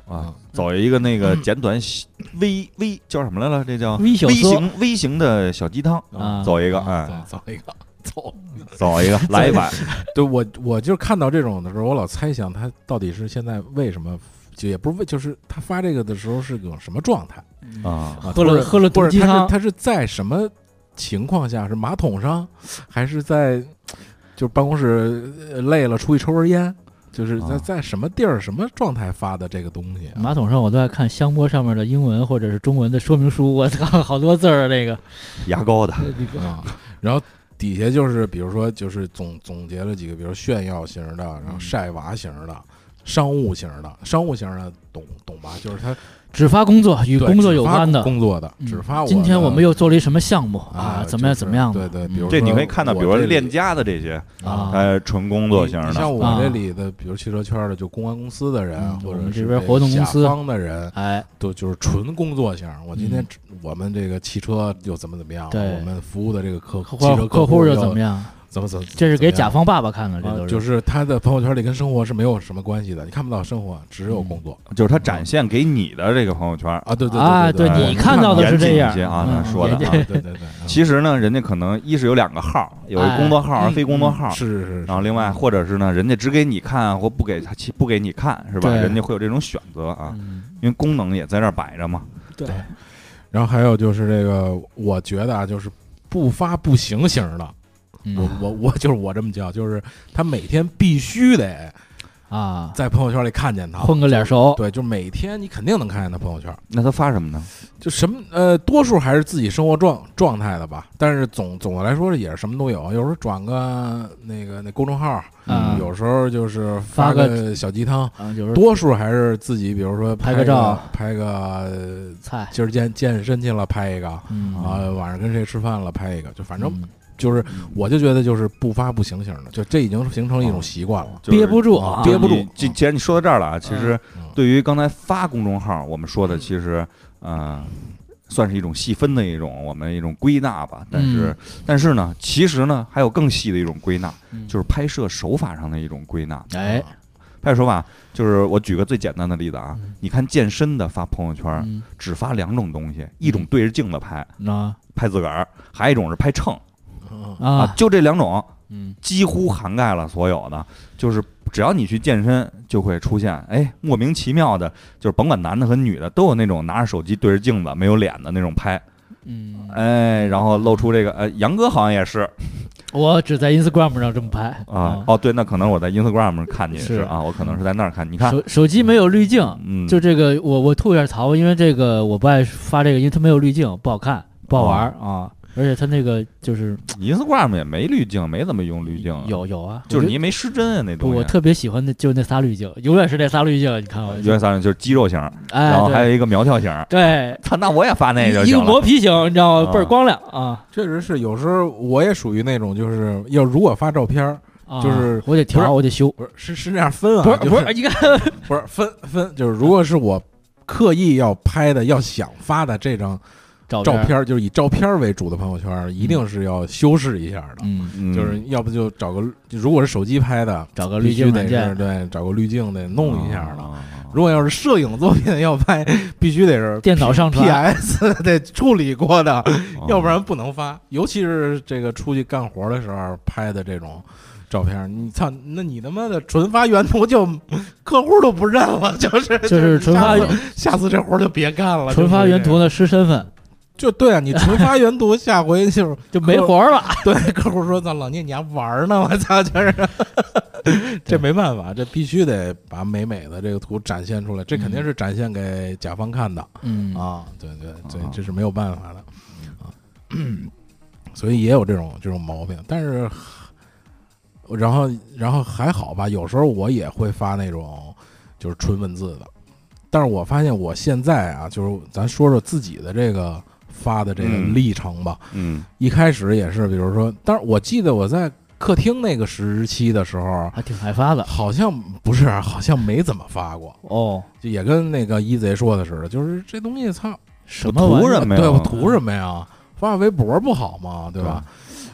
B: 嗯
C: 啊，走一个那个简短小微微叫什么来了？这叫
B: 微小
C: 微
B: 说
C: 型微型的小鸡汤，
B: 啊
C: 走一个，哎，
A: 啊，走走一个走。
C: 走一个， 来一碗，
A: 对我我就是看到这种的时候，我老猜想他到底是现在为什么。就也不是为，就是他发这个的时候是个什么状态
B: 嗯
C: 啊
A: 啊？
B: 喝了
A: 或者
B: 喝了毒
A: 或者
B: 鸡
A: 他
B: 汤
A: 是他是在什么情况下？是马桶上，还是在就是办公室呃累了出去抽根烟？就是在
C: 啊
A: 在什么地儿、什么状态发的这个东西啊？
B: 马桶上我都爱看香波上面的英文或者是中文的说明书，我操，好多字儿啊，这个
C: 牙膏的，
A: 啊，然后底下就是比如说就是总总结了几个，比如炫耀型的，然
B: 嗯
A: 后晒娃型的，商务型的，商务型的懂懂吧？就是他
B: 只发工作与
A: 对
B: 工作
A: 只
B: 有
A: 发
B: 关的。
A: 工作的，
B: 嗯
A: 只发我
B: 今天
A: 的
B: 我们又做了一什么项目
A: 啊
B: 怎么样？
A: 就是
B: 怎么样的？
A: 对对
B: 嗯
A: 比如
C: 这你
A: 说
C: 可以看到，
A: 我
C: 比如说
A: 这里
C: 链家的这些，
B: 啊
C: 呃，纯工作型
A: 你
C: 的
A: 像我
B: 啊
A: 这里的，比如汽车圈的，就公关公司的人，
B: 嗯
A: 或
B: 我
A: 者
B: 们这
A: 是
B: 边活动公司
A: 甲方的人，
B: 哎，
A: 都就是纯工作型。我今天
B: 嗯
A: 只我们这个汽车又怎么怎么样，
B: 对
A: 我们服务的这个客
B: 客
A: 汽车
B: 户客
A: 户
B: 户又怎么样？
A: 怎么怎么，
B: 这是给
A: 怎
B: 甲
A: 么
B: 方爸爸看的，这
A: 样
B: 都
A: 啊，就是是他的朋友圈里跟生活是没有什么关系的，你看不到生活，只有工作
C: 就是他展现给你的这个朋友圈，
A: 啊。对对
B: 啊，
A: 对
C: 对
B: 你
A: 我
B: 看到的是
C: 严谨
B: 这
C: 一
B: 样
C: 些啊
B: 嗯
C: 咱说的
B: 严
A: 啊
B: 谨
A: 对对对，嗯
C: 其实呢，人家可能一是有两个号，有一
B: 哎
C: 工作号
B: 嗯
C: 和非工作号，
A: 是是是，
C: 然后另外或者是呢，人家只给你看或不给他其不给你看，是吧？
B: 对
C: 人家会有这种选择啊，
B: 嗯
C: 因为功能也在这儿摆着嘛。
B: 对
A: 对然后还有就是这个，我觉得啊，就是不发不行型的，
B: 嗯
A: 我我我就是我这么叫，就是他每天必须得
B: 啊，
A: 在朋友圈里看见他 了，
B: 混个脸熟，
A: 对，就每天你肯定能看见他朋友圈，
C: 那他发什么呢？
A: 就什么呃，多数还是自己生活状状态的吧，但是总总的来说也是什么都有，有时候转个那个那公众号，
B: 嗯
A: 有时候就是
B: 发个
A: 个小鸡汤，
B: 啊，就是
A: 多数还是自己，比如说
B: 拍
A: 拍
B: 个照，
A: 拍个呃
B: 菜，
A: 今儿健健身去了拍一个，
B: 嗯
A: 啊，晚上跟谁吃饭了拍一个，就反正
B: 嗯
A: 就是
C: 嗯
A: 我就觉得就是不发不行型的，就这已经形成一种习惯了。
C: 就是
B: 憋不住
A: 啊
B: 啊，
A: 憋不住
C: 你既既然你说到这儿了啊，其实
A: 嗯
C: 对于刚才发公众号，我们说
B: 嗯
C: 的其实，呃，算是一种细分的一种我们一种归纳吧。但是，
B: 嗯
C: 但是呢，其实呢，还有更细的一种归纳，
B: 嗯
C: 就是拍摄手法上的一种归纳。
B: 哎，
C: 拍摄手法就是我举个最简单的例子啊
B: 嗯，
C: 你看健身的发朋友圈，
B: 嗯
C: 只发两种东西，一种对着镜子拍，
B: 啊
C: 拍自个儿，还有一种是拍秤
A: 嗯
C: 啊
B: 啊，，
C: 就这两种。
B: 嗯
C: 几乎涵盖了所有的，就是只要你去健身，就会出现哎莫名其妙的，就是甭管男的和女的，都有那种拿着手机对着镜子没有脸的那种拍，
B: 嗯，
C: 哎，然后露出这个呃，杨哥好像也是
B: 我只在 Instagram 上这么拍
C: 啊，哦对，那可能我在 Instagram 上看见
B: 是
C: 是啊，我可能是在那儿看，你看，
B: 手手机没有滤镜，
C: 嗯，
B: 就这个，我我吐一下槽，因为这个我不爱发这个，因为它没有滤镜，不好看，不好玩儿啊。而且它那个就是
C: Instagram 也没滤镜，没怎么用滤镜，，
B: 有有啊，
C: 就是
B: 我
C: 你没失真啊那
B: 不，
C: 东
B: 我
C: 西。
B: 特别喜欢的就那仨滤镜，永远是那仨滤镜。你看我，
C: 原来三就是肌肉型，
B: 哎，
C: 然后
B: 对
C: 还有一个苗条型，
B: 对
C: 操，那我也发那就
B: 一
C: 行
B: 个
C: 了
B: 磨皮型，你知道吗？
C: 啊
B: 倍儿光亮啊
A: 确实是，有时候我也属于那种，就是要如果发照片儿，
B: 啊！
A: 就是不
B: 我得
A: 是
B: 调，我得修，
A: 不是是是那样分啊，
B: 不是
A: 就
B: 不是，你看
A: 不是分分，就是如果是我刻意要拍的、要想发的这张
B: 照
A: 照片儿，就是以照片儿为主的朋友圈儿，一定是要修饰一下的，
B: 嗯，
C: 嗯
A: 就是要不就找个，就如果是手机拍的，
B: 找个
A: 必
B: 滤
A: 须
B: 镜
A: 得是
B: 软件，
A: 对，找个滤镜得弄一下
B: 哦
A: 的。
C: 啊啊啊
A: 如果要是摄影作品要拍，必须得是
B: 电脑上传，
A: PS 得处理过的，
C: 啊
A: 要不然不能发。尤其是这个出去干活的时候拍的这种照片，你操，那你他妈的纯发原图就 客户都不认了，就是
B: 就是纯发
A: 下次下次这活儿就别干了。
B: 纯发
A: 就是
B: 原图呢失身份，
A: 就对啊，你纯发原图，下回就是
B: 就没活儿了。
A: 对客户说：“操，老聂，你还玩儿呢？”我操，就是 这没办法，这必须得把美美的这个图展现出来，这肯定是展现给甲方看的。
B: 嗯
A: 啊，对对对
C: 啊，
A: 这是没有办法的啊， 所以也有这种这种毛病，但是然后然后还好吧，有时候我也会发那种就是纯文字的，但是我发现我现在啊，就是咱说说自己的这个发的这个
C: 嗯
A: 历程吧，
C: 嗯
A: 一开始也是，比如说，但是我记得我在客厅那个时期的时候，
B: 还挺爱发的
A: 好像不是，好像没怎么发过。
B: 哦。
A: 就也跟那个一贼说的似的，就是这东西，操，
B: 什么玩意
C: 图
B: 儿
C: 什么呀
A: 对我图什么呀？发微博不好吗？对吧？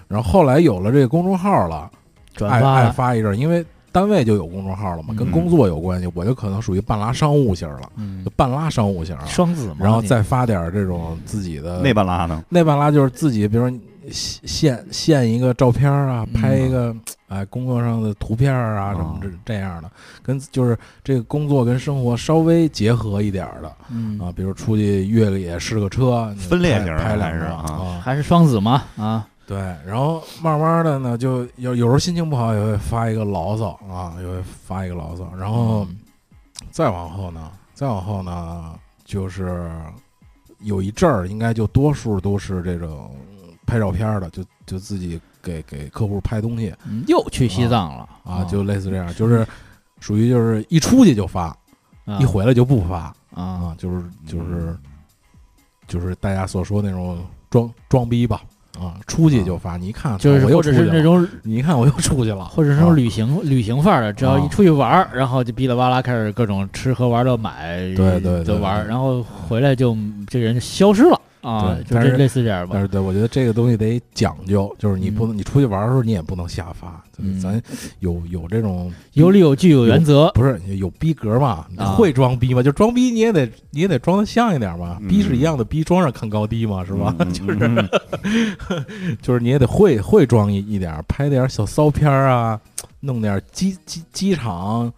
A: 然后后来有了这个公众号了，
B: 转
A: 爱
B: 发啊
A: 爱
B: 了？
A: 发一阵儿，因为单位就有公众号了嘛，跟
C: 嗯
A: 工作有关系，我就可能属于半拉商务型了，
B: 嗯
A: 就，半拉商务型啊。
B: 双子嘛，
A: 然后
B: 你
A: 再发点儿这种自己的
C: 那半拉呢？
A: 那半拉就是自己，比如说你现现一个照片儿啊，
B: 嗯
A: 拍一个哎工作上的图片儿啊
C: 哦
A: 什么这这样的，跟就是这个工作跟生活稍微结合一点儿的。
B: 嗯
A: 啊，比如出去越野试个车，你
C: 分裂
A: 拍
C: 型儿
A: 拍两
C: 还是
A: 张
C: 啊
A: 啊，
B: 还是双子嘛啊，
A: 对，然后慢慢的呢，就有有时候心情不好也会发一个牢骚啊，也会发一个牢骚，然后
B: 嗯
A: 再往后呢，再往后呢，就是有一阵儿应该就多数都是这种拍照片儿的，就就自己给给客户拍东西
B: 嗯又去西藏了
A: 啊，就类似这样，就是属于就是一出去就发，
B: 啊
A: 一回来就不发
B: 啊
A: 啊，就是就是
B: 嗯
A: 就是大家所说那种装装逼吧。啊，出去就发，你一看，
B: 嗯
A: 啊
B: 就是
A: 哦我又
B: 或
A: 出
B: 者
A: 去
B: 是那
A: 了，
B: 种
A: 你一看我又出去了，
B: 或者是那
A: 啊
B: 种旅行旅行范儿的，只要
A: 啊
B: 一出去玩儿，然后就哔哩哇啦开始各种吃喝玩乐买，
A: 对对对
B: 就玩儿，
A: 对
B: 然后回来就这人就消失了啊，
A: 对
B: 就
A: 但
B: 这
A: 是
B: 类似这样
A: 但
B: 吧。
A: 是对，我觉得这个东西得讲究，就是你不能，你出去玩的时候你也不能瞎发，就是
B: 嗯
A: 咱有有这种
B: 有理有据有原则，
A: 不是有逼格嘛？你
B: 啊
A: 会装逼吗？就装逼你也得你也得装的像一点嘛，
C: 嗯
A: 逼是一样的逼，装上看高低嘛，是 吧？
C: 就是
A: 就是你也得会会装一一点，拍点小骚片儿啊，弄点机机机场。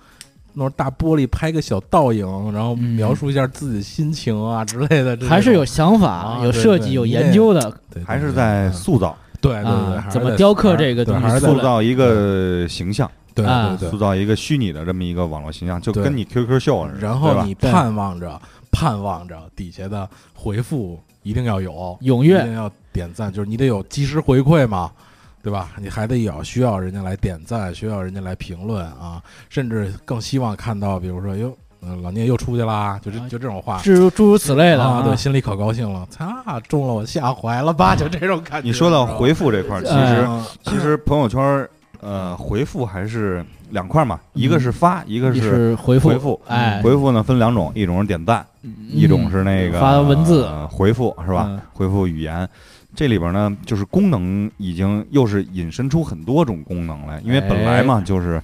A: 弄大玻璃拍个小倒影，然后
B: 嗯
A: 描述一下自己心情啊之类的，这
B: 还是
A: 种
B: 有想法
A: 啊、
B: 有
A: 对
B: 设
A: 对
B: 计、有
A: 你
B: 研
A: 得
B: 究的
A: 对
C: 还是在
A: 嗯
C: 塑造
A: 对对对，
B: 啊
A: 还，是
B: 怎么
A: 在
B: 雕刻这个
A: 对
B: 东
A: 还
B: 西
A: 是在
B: 出
C: 塑
B: 来？
C: 造一个形象。
A: 对
B: 啊
A: 对
C: 塑
A: 对。
C: 造一个虚拟的这么一个网络形象，就
A: 对
C: 跟你 QQ 秀似的，
A: 然
C: 对
A: 后
C: 吧
A: 你
B: 对
A: 盼望着盼望着底下的回复一定要有，
B: 踊
A: 一
B: 跃
A: 定要点赞，就是你得有及时回馈嘛，对吧？你还得有需要人家来点赞，需要人家来评论啊，甚至更希望看到，比如说哟，呃老聂又出去啦，就这
B: 啊
A: 就这种话。
B: 诸如诸如此类的
A: 啊，
B: 啊
A: 对，心里可高兴了，擦，中了我下怀了吧，就这种感觉。
C: 你说到回复这块儿，其实
A: 嗯
B: 呃
C: 其实朋友圈儿呃回复还是两块儿嘛，
A: 嗯
C: 一个是发，一个
B: 一
C: 是
B: 是回复，
C: 回复。
B: 哎，
C: 回复呢分两种，一种是点赞，
B: 嗯
C: 一种是那个
B: 发文字
C: 呃回复是吧？
B: 嗯
C: 回复语言，这里边呢就是功能已经又是引申出很多种功能来，
B: 哎
C: 因为本来嘛就是。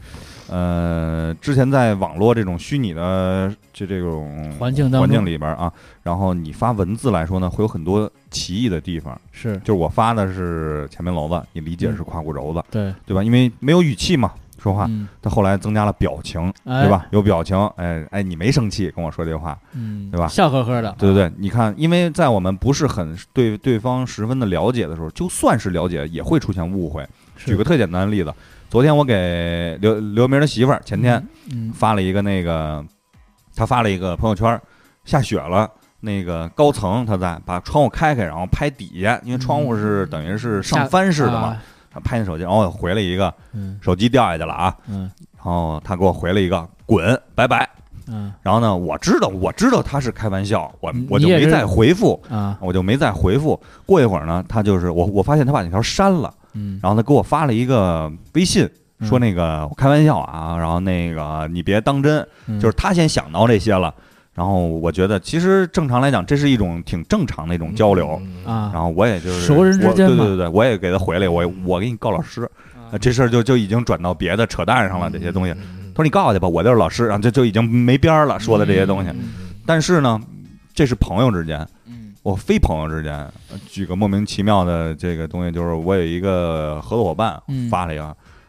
C: 呃，之前在网络这种虚拟的这这种
B: 环境当中
C: 环境里边啊，然后你发文字来说呢，会有很多歧义的地方。
B: 是
C: 就是我发的是前面楼子，你理解是胯骨轴子，
B: 对，
C: 对吧？因为没有语气嘛，说话。
B: 嗯，哎
C: 他后来增加了表情，
B: 对
C: 对？吧？有表情，哎哎，你没生气跟我说这话，
B: 嗯，
C: 对吧
B: 笑呵呵的，
C: 对对对，你看，因为在我们不是很对对方十分的了解的时候，就算是了解，也会出现误会。
B: 是
C: 举个特简单的例子，昨天我给刘刘明的媳妇儿前天
B: 嗯，
C: 发了一个那个，她发了一个朋友圈儿，下雪了。那个高层，她在把窗户开开，然后拍底下，因为窗户是等于是上翻式的嘛，
B: 啊，
C: 她拍那手机，然后我回了一个
B: 嗯
C: 手机掉下去了啊，
B: 嗯
C: 然后她给我回了一个滚，拜拜。
B: 嗯
C: 然后呢，我知道我知道她是开玩笑，我
B: 你
C: 我就
B: 你也
C: 没
B: 是
C: 再回复，
B: 啊，
C: 我就没再回复。过一会儿呢，他就是我，我发现他把那条删了，
B: 嗯，
C: 然后他给我发了一个微信，
B: 嗯
C: 说那个我开玩笑啊，然后那个你别当真，
B: 嗯
C: 就是他先想到这些了。然后我觉得，其实正常来讲，这是一种挺正常的一种交流。
A: 嗯
B: 啊，
C: 然后我也就是
B: 熟人之
C: 我
B: 间嘛
C: 对
B: 嗯
C: 对对对，我也给他回了，我我给你告老师，呃这事儿就就已经转到别的扯淡上了，这些东西。
A: 嗯
B: 啊
C: 他说你告去吧，我就是老师，然后就就已经没边儿了，说的这些东西。
A: 嗯
C: 但是呢，这是朋友之间，
B: 嗯
C: 我非朋友之间，呃举个莫名其妙的这个东西，就是我有一个合作伙伴
B: 嗯
C: 发了一个，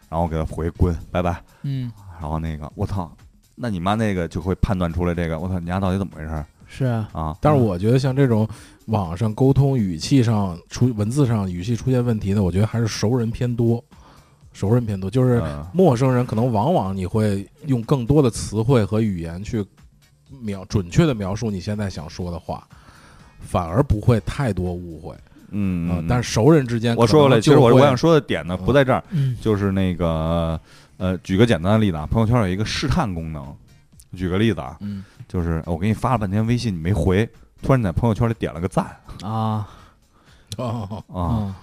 C: 然后我给他回滚拜拜，
B: 嗯，
C: 然后那个我操，那你妈那个就会判断出来这个我操你家到底怎么回事儿
B: 是啊，
C: 啊？
A: 但是我觉得像这种网上沟通语气上出文字上语气出现问题的，我觉得还是熟人偏多，熟人偏多，就是
C: 嗯
A: 陌生人可能往往你会用更多的词汇和语言去描准确的描述你现在想说的话。反而不会太多误会
C: 嗯
A: 啊、，但
C: 是
A: 是熟人之间可能
C: 我说了，其
A: 就
C: 实我
A: 会
C: 我想说的点呢
A: 嗯
C: 不在这儿，
B: 嗯
C: 就是那个呃，举个简单的例子啊，朋友圈有一个试探功能，举个例子啊，
B: 嗯
C: 就是我给你发了半天微信你没回，突然你在朋友圈里点了个赞
B: 啊
A: 哦
C: 啊，
B: 啊，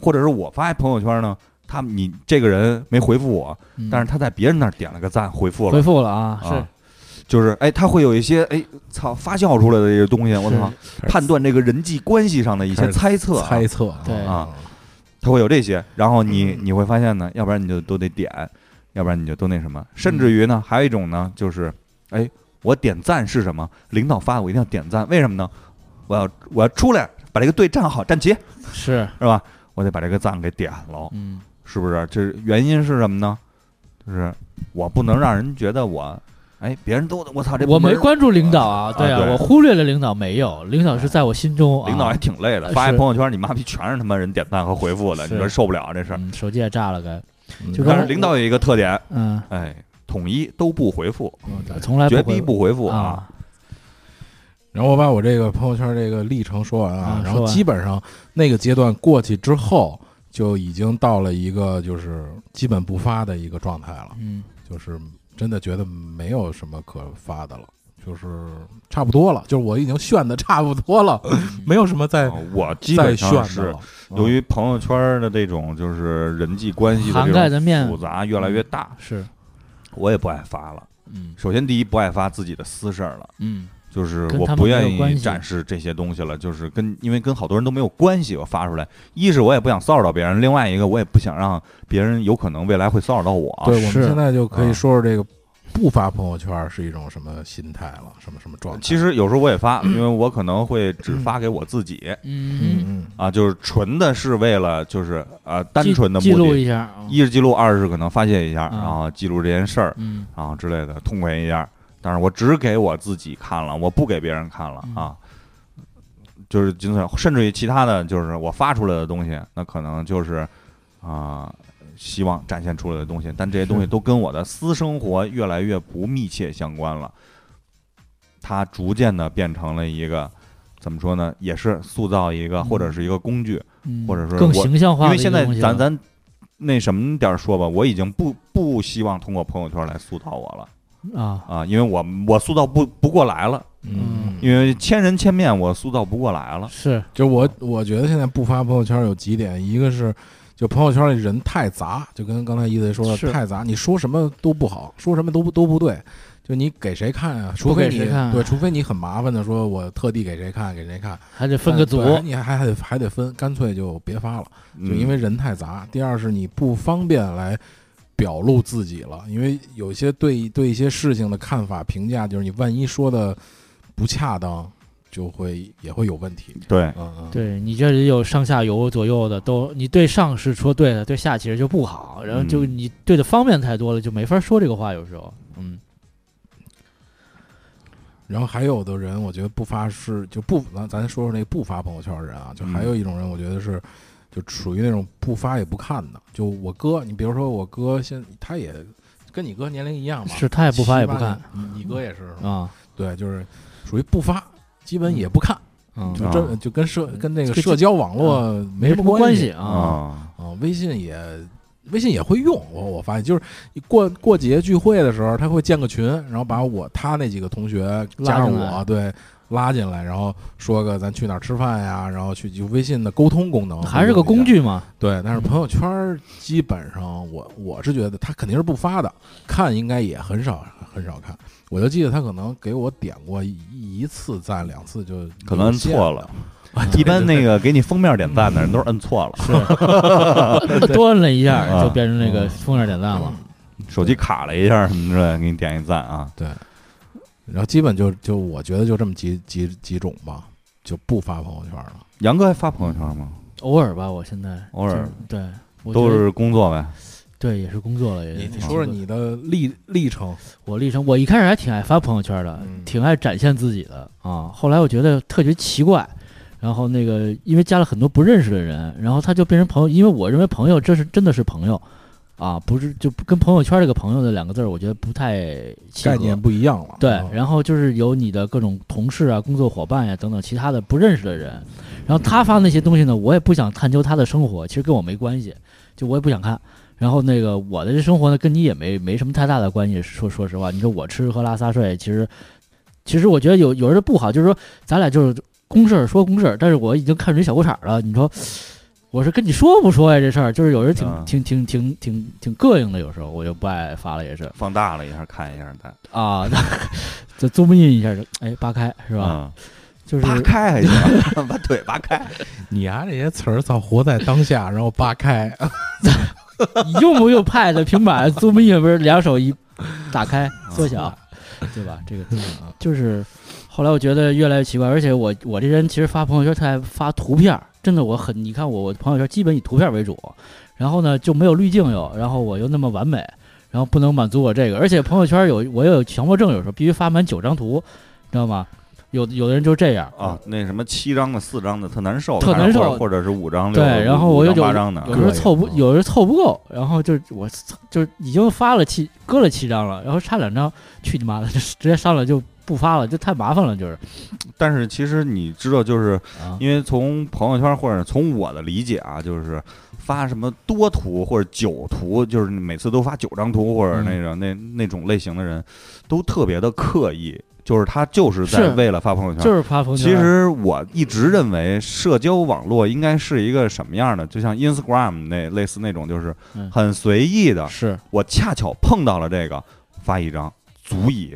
C: 或者是我发一朋友圈呢，他你这个人没回复我，
B: 嗯
C: 但是他在别人那儿点了个赞，回复
B: 回
C: 了，
B: 复了啊，
C: 啊
B: 是
C: 就是哎，他会有一些哎，操，发酵出来的一个东西，我操，判断这个人际关系上的一些猜测啊，
A: 猜测
B: 对
C: 啊，他会有这些，然后你你会发现呢，要不然你就都得点，要不然你就都那什么，甚至于呢，还有一种呢，就是哎，我点赞是什么？领导发的我一定要点赞，为什么呢？我要我要出来把这个队站好站齐，
B: 是，
C: 是吧？我得把这个赞给点了。
B: 嗯
C: 是不是？这原因是什么呢？就是我不能让人觉得我，哎，别人都我操，这
B: 我
C: 部门
B: 没关注领导啊，对
C: 啊对
B: 我忽略了领导没有，领导是在我心中啊，
C: 领导还挺累的，
B: 是
C: 发一朋友圈，你妈逼全是他妈人点赞和回复的，
B: 是
C: 你说受不了这事儿。
B: 嗯手机也炸了该，就
A: 然
C: 但
A: 后
C: 是领导有一个特点，
B: 嗯，
C: 哎，统一都不回复，
B: 呃从来
C: 绝
B: 不
C: 逼
B: 回
C: 不回复啊。
B: 啊，
A: 然后我把我这个朋友圈这个历程说完啊，
B: 嗯
A: 然
B: 说
A: 后
B: 完
A: 基本上那个阶段过去之后，就已经到了一个就是基本不发的一个状态了，
B: 嗯
A: 就是真的觉得没有什么可发的了，就是差不多了，就是我已经炫的差不多了，没有什么
B: 哎
A: 再
C: 啊我基
A: 再
C: 本
A: 炫
C: 上
A: 的
C: 是
A: 了。
C: 由于朋友圈的这种就是人际关系
B: 涵
C: 这
B: 盖
C: 种
B: 的面
C: 复杂越来越大，
B: 是，
C: 我也不爱发了。
B: 嗯
C: 首先，第一不爱发自己的私事儿了。
B: 嗯
C: 就是
B: 跟
C: 我
B: 他们
C: 不
B: 没有
C: 愿意
B: 关系
C: 展示这些东西了，就是跟因为跟好多人都没有关系，我发出来，一是我也不想骚扰到别人，另外一个我也不想让别人有可能未来会骚扰到我。
A: 对，我们
B: 是
A: 现在就可以
C: 啊
A: 说说这个不发朋友圈是一种什么心态了，什么什么状态。
C: 其，实有时候我也发，因为我可能会只发给我自己
A: 嗯
B: 嗯，
A: 嗯，
C: 啊，就是纯的是为了就是呃单
B: 记
C: 纯的
B: 记
C: 目
B: 录
C: 的，
B: 一下啊，
C: 一是记录，二是可能发泄一下，
B: 嗯
C: 然后记录这件事儿，
B: 嗯
C: 然后啊之类的痛快一下。但是我只给我自己看了，我不给别人看了
B: 嗯
C: 啊。就是仅此，甚至于其他的就是我发出来的东西，那可能就是啊、希望展现出来的东西，但这些东西都跟我的私生活越来越不密切相关了。它逐渐的变成了一个怎么说呢，也是塑造一个
B: 嗯
C: 或者是一个工具，
B: 嗯
C: 或者是
B: 更
C: 我
B: 形象化
C: 因
B: 的
C: 为
B: 一个
C: 现
B: 东西了，
C: 在咱咱那什么点儿说吧，我已经不不希望通过朋友圈来塑造我了
B: 啊，
C: 啊，因为我我塑造不不过来了，
A: 嗯，
C: 因为千人千面我塑造不过来了。
B: 是
A: 就我我觉得现在不发朋友圈有几点，一个是就朋友圈里人太杂，就跟刚才一贼说
B: 是
A: 的太杂，你说什么都不好，说什么都不都不对。就你给谁看啊？除
B: 不
A: 非
B: 给
A: 你
B: 谁看啊
A: 对，除非你很麻烦的说，我特地给谁看，给谁看，
B: 还得分个组，
A: 对你还还得还得分，干脆就别发了。就因
C: 嗯
A: 为人太杂。第二是你不方便来表露自己了，因为有些对对一些事情的看法评价，就是你万一说的不恰当，就会也会有问题。
C: 对
A: 嗯嗯，
B: 对你这里有上下游左右的，都你对上是说对的，对下其实就不好，然后就
C: 嗯
B: 你对的方面太多了，就没法说这个话，有时候，嗯，
A: 然后还有的人，我觉得不发是就不，咱咱说说那不发朋友圈的人啊，就还有一种人，我觉得是就属于那种不发也不看的。就我哥，你比如说我哥现他也跟你哥年龄一样嘛，
B: 是他也不发也
A: 七
B: 不
A: 八
B: 看
A: 年，你你哥也是是吧
B: 啊，
A: 对，就是属于不发，基本也不看。
B: 嗯，
A: 就
C: 啊
A: 这就跟社跟那个
B: 这嗯
A: 社交网络没
B: 什
A: 什
B: 么
A: 么
B: 关
A: 系
B: 啊，
C: 啊，
A: 啊。微信也微信也会用，我我发现就是过过节聚会的时候，他会建个群，然后把我他那几个同学加上
B: 拉进来
A: 我，对，拉进来，然后说个咱去哪儿吃饭呀，然后去就微信的沟通功能
B: 还是个工，具嘛，
A: 对。但是
B: 嗯
A: 朋友圈儿基本上我我是觉得他肯定是不发的，看应该也很少很少看。我就记得他可能给我点过一一次赞，两次就
C: 可能
A: 有限
C: 错
A: 的
C: 了。一般那个给你封面点赞的人都是摁错了，
B: 多摁了一下
C: 啊
B: 就变成那个封面点赞了，
C: 手机卡了一下什么之类的，给你点一赞啊。
A: 然后基本就就我觉得就这么几几几种吧，就不发朋友圈了。
C: 杨哥还发朋友圈吗？
B: 偶尔吧，我现在
C: 偶尔
B: 就是对，我
C: 都
B: 觉得
C: 是工作呗。
B: 对，也是工作了，也
A: 你
B: 是
A: 你说说你的历历程，
B: 我历程，我一开始还挺爱发朋友圈的，
A: 嗯
B: 挺爱展现自己的啊。后来我觉得特别奇怪，然后那个因为加了很多不认识的人，然后他就变成朋友，因为我认为朋友这是真的是朋友啊，不是就跟朋友圈这个“朋友”的两个字儿，我觉得不太契
A: 概
B: 合
A: 念不一样了。
B: 对
A: 啊，
B: 然后就是有你的各种同事啊、工作伙伴呀、等等其他的不认识的人，然后他发那些东西呢，我也不想探究他的生活，其实跟我没关系，就我也不想看。然后那个我的这生活呢，跟你也没没什么太大的关系。说说实话，你说我吃喝拉撒睡，其实其实我觉得有有人不好，就是说咱俩就是公事儿说公事儿，但是我已经看出你小裤衩儿了，你说。我是跟你说不说呀？这事儿就是有人挺
C: 啊
B: 挺挺挺挺挺膈应的，有时候我就不爱发了，也是。
C: 放大了一下看一下，再
B: 啊， 就 zoom in 一下就哎扒开是吧？
C: 嗯，
B: 就是
C: 扒开还 行，把腿扒开。
A: 你呀、这些词儿，操，活在当下，然后扒 开，
B: 你用不用 Pad 平板 zoom in 不是两手一打开
C: 嗯
B: 缩小，对吧？这个啊就是后来我觉得越来越奇怪，而且我我这人其实发朋友圈特爱发图片儿，真的我很你看我我朋友圈基本以图片为主，然后呢就没有滤镜又，然后我又那么完美，然后不能满足我这个，而且朋友圈有我也有强迫症，有时候必须发满九张图，你知道吗？有有的人就这样
C: 啊，那什么七张的、四张的特难受，
B: 嗯特难受
C: 或者或者是五张、六
B: 对
C: 张
B: 然后我
C: 五
B: 又
C: 张八张的
B: 有时候凑不，有时候凑不够，然后就是我操就是已经发了七，割了七张了，然后差两张，去你妈的，就是直接删了就不发了，就太麻烦了，就是
C: 但是其实你知道，就是
B: 啊，
C: 因为从朋友圈或者从我的理解啊，就是发什么多图或者九图，就是每次都发九张图或者
B: 嗯
C: 那种、那那种类型的人，都特别的刻意，就是他就是在
B: 是
C: 为了发朋友圈。
B: 啊就是发朋友圈。
C: 其实我一直认为，社交网络应该是一个什么样的？就像 Instagram 那类似那种，就是
B: 嗯
C: 很随意的，
B: 是
C: 我恰巧碰到了这个，发一张足以，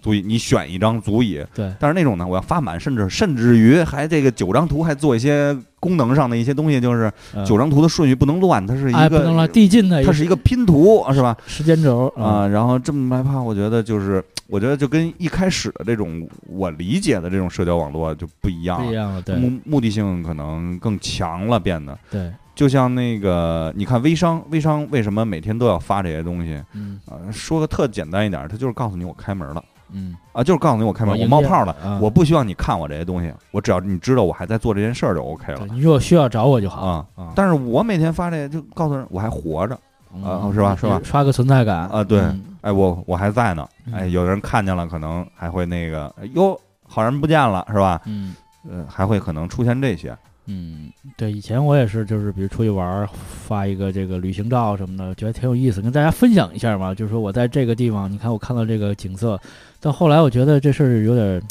C: 足以，你选一张足以。
B: 对，
C: 但是那种呢，我要发满，甚至甚至于还这个九张图还做一些功能上的一些东西，就是
B: 嗯
C: 九张图的顺序不能乱，它是一
B: 哎不能了，
C: 个，
B: 递进的
C: 它是一个拼图，是吧？
B: 时间轴
C: 啊，然后这么来怕，我觉得就是，我觉得就跟一开始的这种我理解的这种社交网络就不一样
B: 不一
C: 了，
B: 样了，对
C: 目目的性可能更强了，变得
B: 对，
C: 就像那个，你看微商，微商为什么每天都要发这些东西？
B: 嗯
C: 呃，说个特简单一点儿，他就是告诉你我开门了，
B: 嗯，
C: 啊，就是告诉你我开门，我
B: 营
C: 冒
B: 业
C: 泡了，
B: 啊
C: 我不希望你看我这些东西，我只要你知道我还在做这件事儿就 OK
B: 对
C: 了
B: 你如果需要找我就好
C: 啊。
B: 啊，
C: 但是我每天发这就告诉人我还活着
B: 嗯
C: 啊是吧是吧
B: 刷个存在感，
C: 啊，对，
A: 嗯
C: 哎，我我还在呢，哎，
B: 嗯
C: 有的人看见了，可能还会那个哎哟，好人不见了，是吧？
B: 嗯
C: 呃，还会可能出现这些，
B: 嗯，对，以前我也是，就是比如出去玩儿，发一个这个旅行照什么的，觉得挺有意思，跟大家分享一下嘛。就是说我在这个地方，你看我看到这个景色，但后来我觉得这事儿有点儿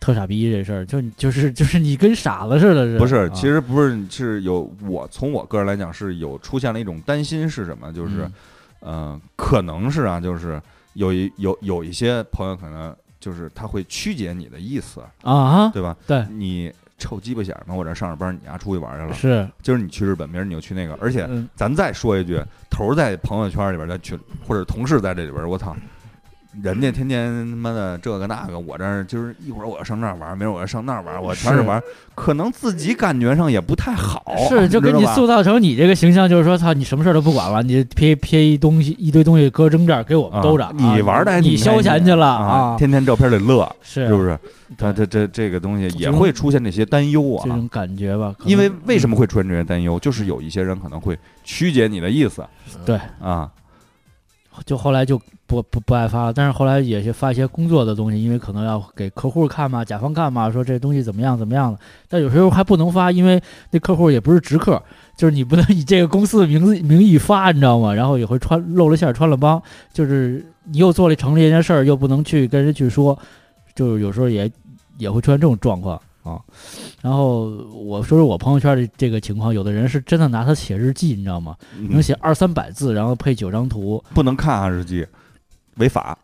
B: 特傻逼，这事儿就就是就是你跟傻子似的似的，
C: 不
B: 啊，
C: 是其实不是，是有我从我个人来讲是有出现了一种担心是什么？就是，呃，可能是啊，就是有一有有一些朋友可能就是他会曲解你的意思，
B: 嗯啊哈，
C: 对吧？
B: 对
C: 你臭鸡巴响嘛，我这上着班，你丫出去玩去了，
B: 是，
C: 今儿你去日本，明儿你就去那个，而且
B: 嗯
C: 咱再说一句，头儿在朋友圈里边儿，在群或者同事在这里边儿，我操，人家天天他妈的这个那个，我这儿就是一会儿我要上那儿玩儿，明儿我要上那儿玩儿，我全是
B: 是
C: 玩儿，可能自己感觉上也不太好，
B: 是，就
C: 知
B: 给
C: 道
B: 你
C: 吧
B: 塑造成你这个形象，就是说，操，你什么事儿都不管了，你撇撇一东西一堆东西搁扔这儿，给我们
C: 啊
B: 兜着。啊
C: 你玩儿的还
B: 你
C: 挺开
B: 消遣
C: 心
B: 去了
C: 啊，
B: 啊，
C: 天天照片里乐，
B: 是
C: 是不是？
B: 对
C: 他
B: 啊
C: 这这这个东西也
B: 这种
C: 会出现这些担忧
B: 这
C: 啊。
B: 种感觉吧？可能嗯
C: 因为为什么会出现这些担忧？就是有一些人可能会曲解你的意思
B: 嗯对
C: 啊，
B: 就后来就不不不爱发了，但是后来也去发一些工作的东西，因为可能要给客户看嘛，甲方看嘛，说这东西怎么样怎么样的。但有时候还不能发，因为那客户也不是直客，就是你不能 以这个公司的名字名义发，你知道吗？然后也会穿露了馅儿穿了帮，就是你又做了成了一件事儿，又不能去跟人去说，就是有时候也也会出现这种状况啊。然后我说说我朋友圈的这个情况，有的人是真的拿它写日记，你知道吗？
C: 嗯
B: 能写二三百字，然后配九张图。
C: 不能看啊日记，违法，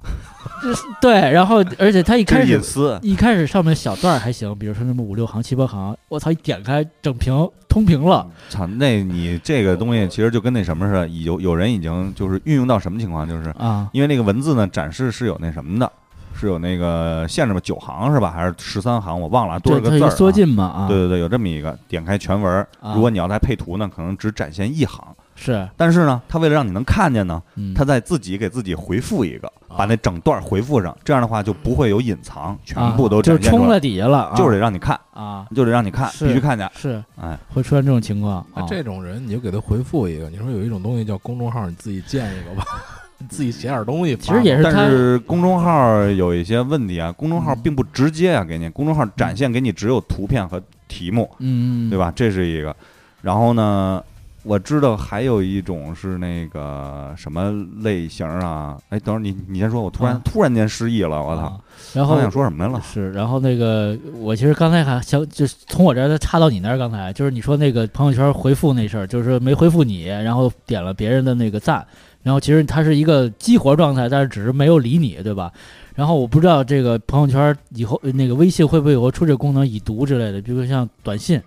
B: 对，然后而且他一
C: 这
B: 开
C: 是
B: 始
C: 隐私。
B: 一开始上面小段儿还行，比如说那么五六行、七八行，我操，一点开整屏通屏了，
C: 操，那你这个东西其实就跟那什么似的，有有人已经就是运用到什么情况，就是
B: 啊，
C: 因为那个文字呢展示是有那什么的，是有那个限制吧，九行是吧，还是十三行，我忘了多
B: 对，
C: 少个
B: 它
C: 字儿、
B: 一
C: 啊。
B: 缩进嘛啊，
C: 对对对，有这么一个，点开全文儿，
B: 啊
C: 如果你要再配图呢，可能只展现一行。
B: 是，
C: 但是呢，他为了让你能看见呢，
B: 嗯，
C: 他再自己给自己回复一个，
A: 啊
C: 把那整段回复上，这样的话就不会有隐藏，全部
B: 啊
C: 都
B: 就
C: 展现
B: 冲
C: 出来，
B: 在底下了，啊
C: 就是得让你看，
B: 啊，
C: 就得让你看，
B: 是
C: 必须看见。
B: 是
C: 哎，
B: 会出现这种情况啊
A: 那，这种人你就给他回复一个，你说有一种东西叫公众号，你自己建一个吧， 你自己写点东西发吧。
B: 其实也是他
C: 但是公众号有一些问题啊，公众号
B: 嗯
C: 并不直接啊，给你公众号展现给你只有图片和题目，
B: 嗯，
C: 对
B: 吧？
C: 吧？这是一个。然后呢，我知道还有一种是那个什么类型啊？哎，等会儿你你先说，我突然、
B: 啊
C: 突然间失忆了，我操！
B: 啊，然
C: 刚
B: 后
C: 才想说什么来了？
B: 是，然后那个我其实刚才还想，就是从我这儿插到你那儿，刚才就是你说那个朋友圈回复那事儿，就是没回复你，然后点了别人的那个赞，然后其实他是一个激活状态，但是只是没有理你，对吧？然后我不知道这个朋友圈以后呃那个微信会不会以后出这功能已读之类的，比如说像短信。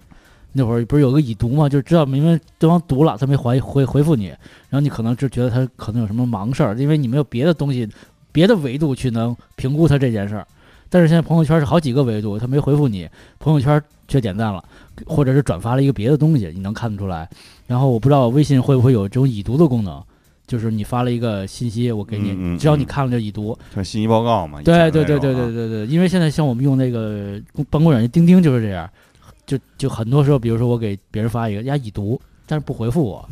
B: 那会儿不是有个已读吗？就知道明明对方读了，他没回回回复你，然后你可能就觉得他可能有什么忙事儿，因为你没有别的东西、别的维度去能评估他这件事儿。但是现在朋友圈是好几个维度，他没回复你，朋友圈却点赞了，或者是转发了一个别的东西，你能看得出来。然后我不知道微信会不会有这种已读的功能，就是你发了一个信息，我给你，
C: 嗯嗯
B: 只要你
C: 嗯
B: 看了就已读，
C: 就是信息报告嘛？以前
B: 对
C: 的
B: 对
C: 那
B: 对
C: 种
B: 对
C: 啊
B: 对对对，因为现在像我们用那个公办公软件钉钉就是这样，就就很多时候，比如说我给别人发一个，人家已读，但是不回复我，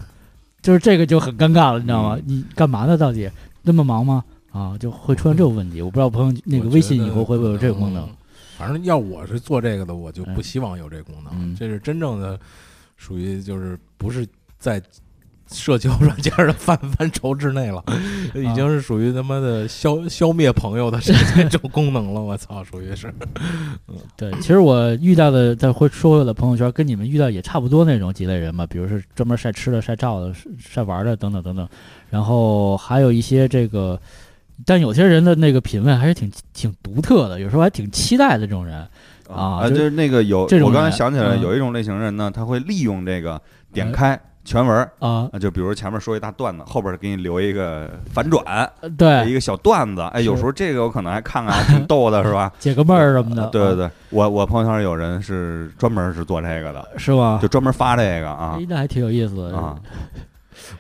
B: 就是这个就很尴尬了，你知道吗
C: 嗯？
B: 你干嘛呢？到底那么忙吗？啊，就会出现这种问题。我不知道朋友那个微信以后会不会有这个功能哎
C: 嗯
A: 我觉得可？能？嗯反正要我是做这个的，我就不希望有这功能。
B: 嗯
A: 这是真正的属于就是不是在社交软件的范范畴之内了，已
B: 啊
A: 经是属于他妈的消消灭朋友的 这这种功能了。我操，属于是
B: 对，其实我遇到的在会说的朋友圈，跟你们遇到也差不多那种几类人吧，比如是专门晒吃的、晒照的、晒晒玩的等等等等，然后还有一些这个，但有些人的那个品味还是挺挺独特的，有时候还挺期待的这种人，啊
C: 啊，
B: 就
C: 就是那个有
B: 这，种
C: 我刚才
B: 人
C: 想起来
B: 嗯哎
C: 有一种类型人呢，他会利用这个点开全文儿
B: 啊、
C: 啊，就比如前面说一大段子，后边给你留一个反转，
B: 呃
C: 一
B: 对，
C: 个小段子。哎，
B: 是
C: 有时候这个我可能还看看，还挺逗的，是吧？
B: 解个闷儿什么的，
C: 对对
B: 啊，
C: 对，我我朋友圈有人是专门是做这个的，
B: 是吗
C: 就？专门发这个啊
B: 哎那还挺有意思的
C: 啊。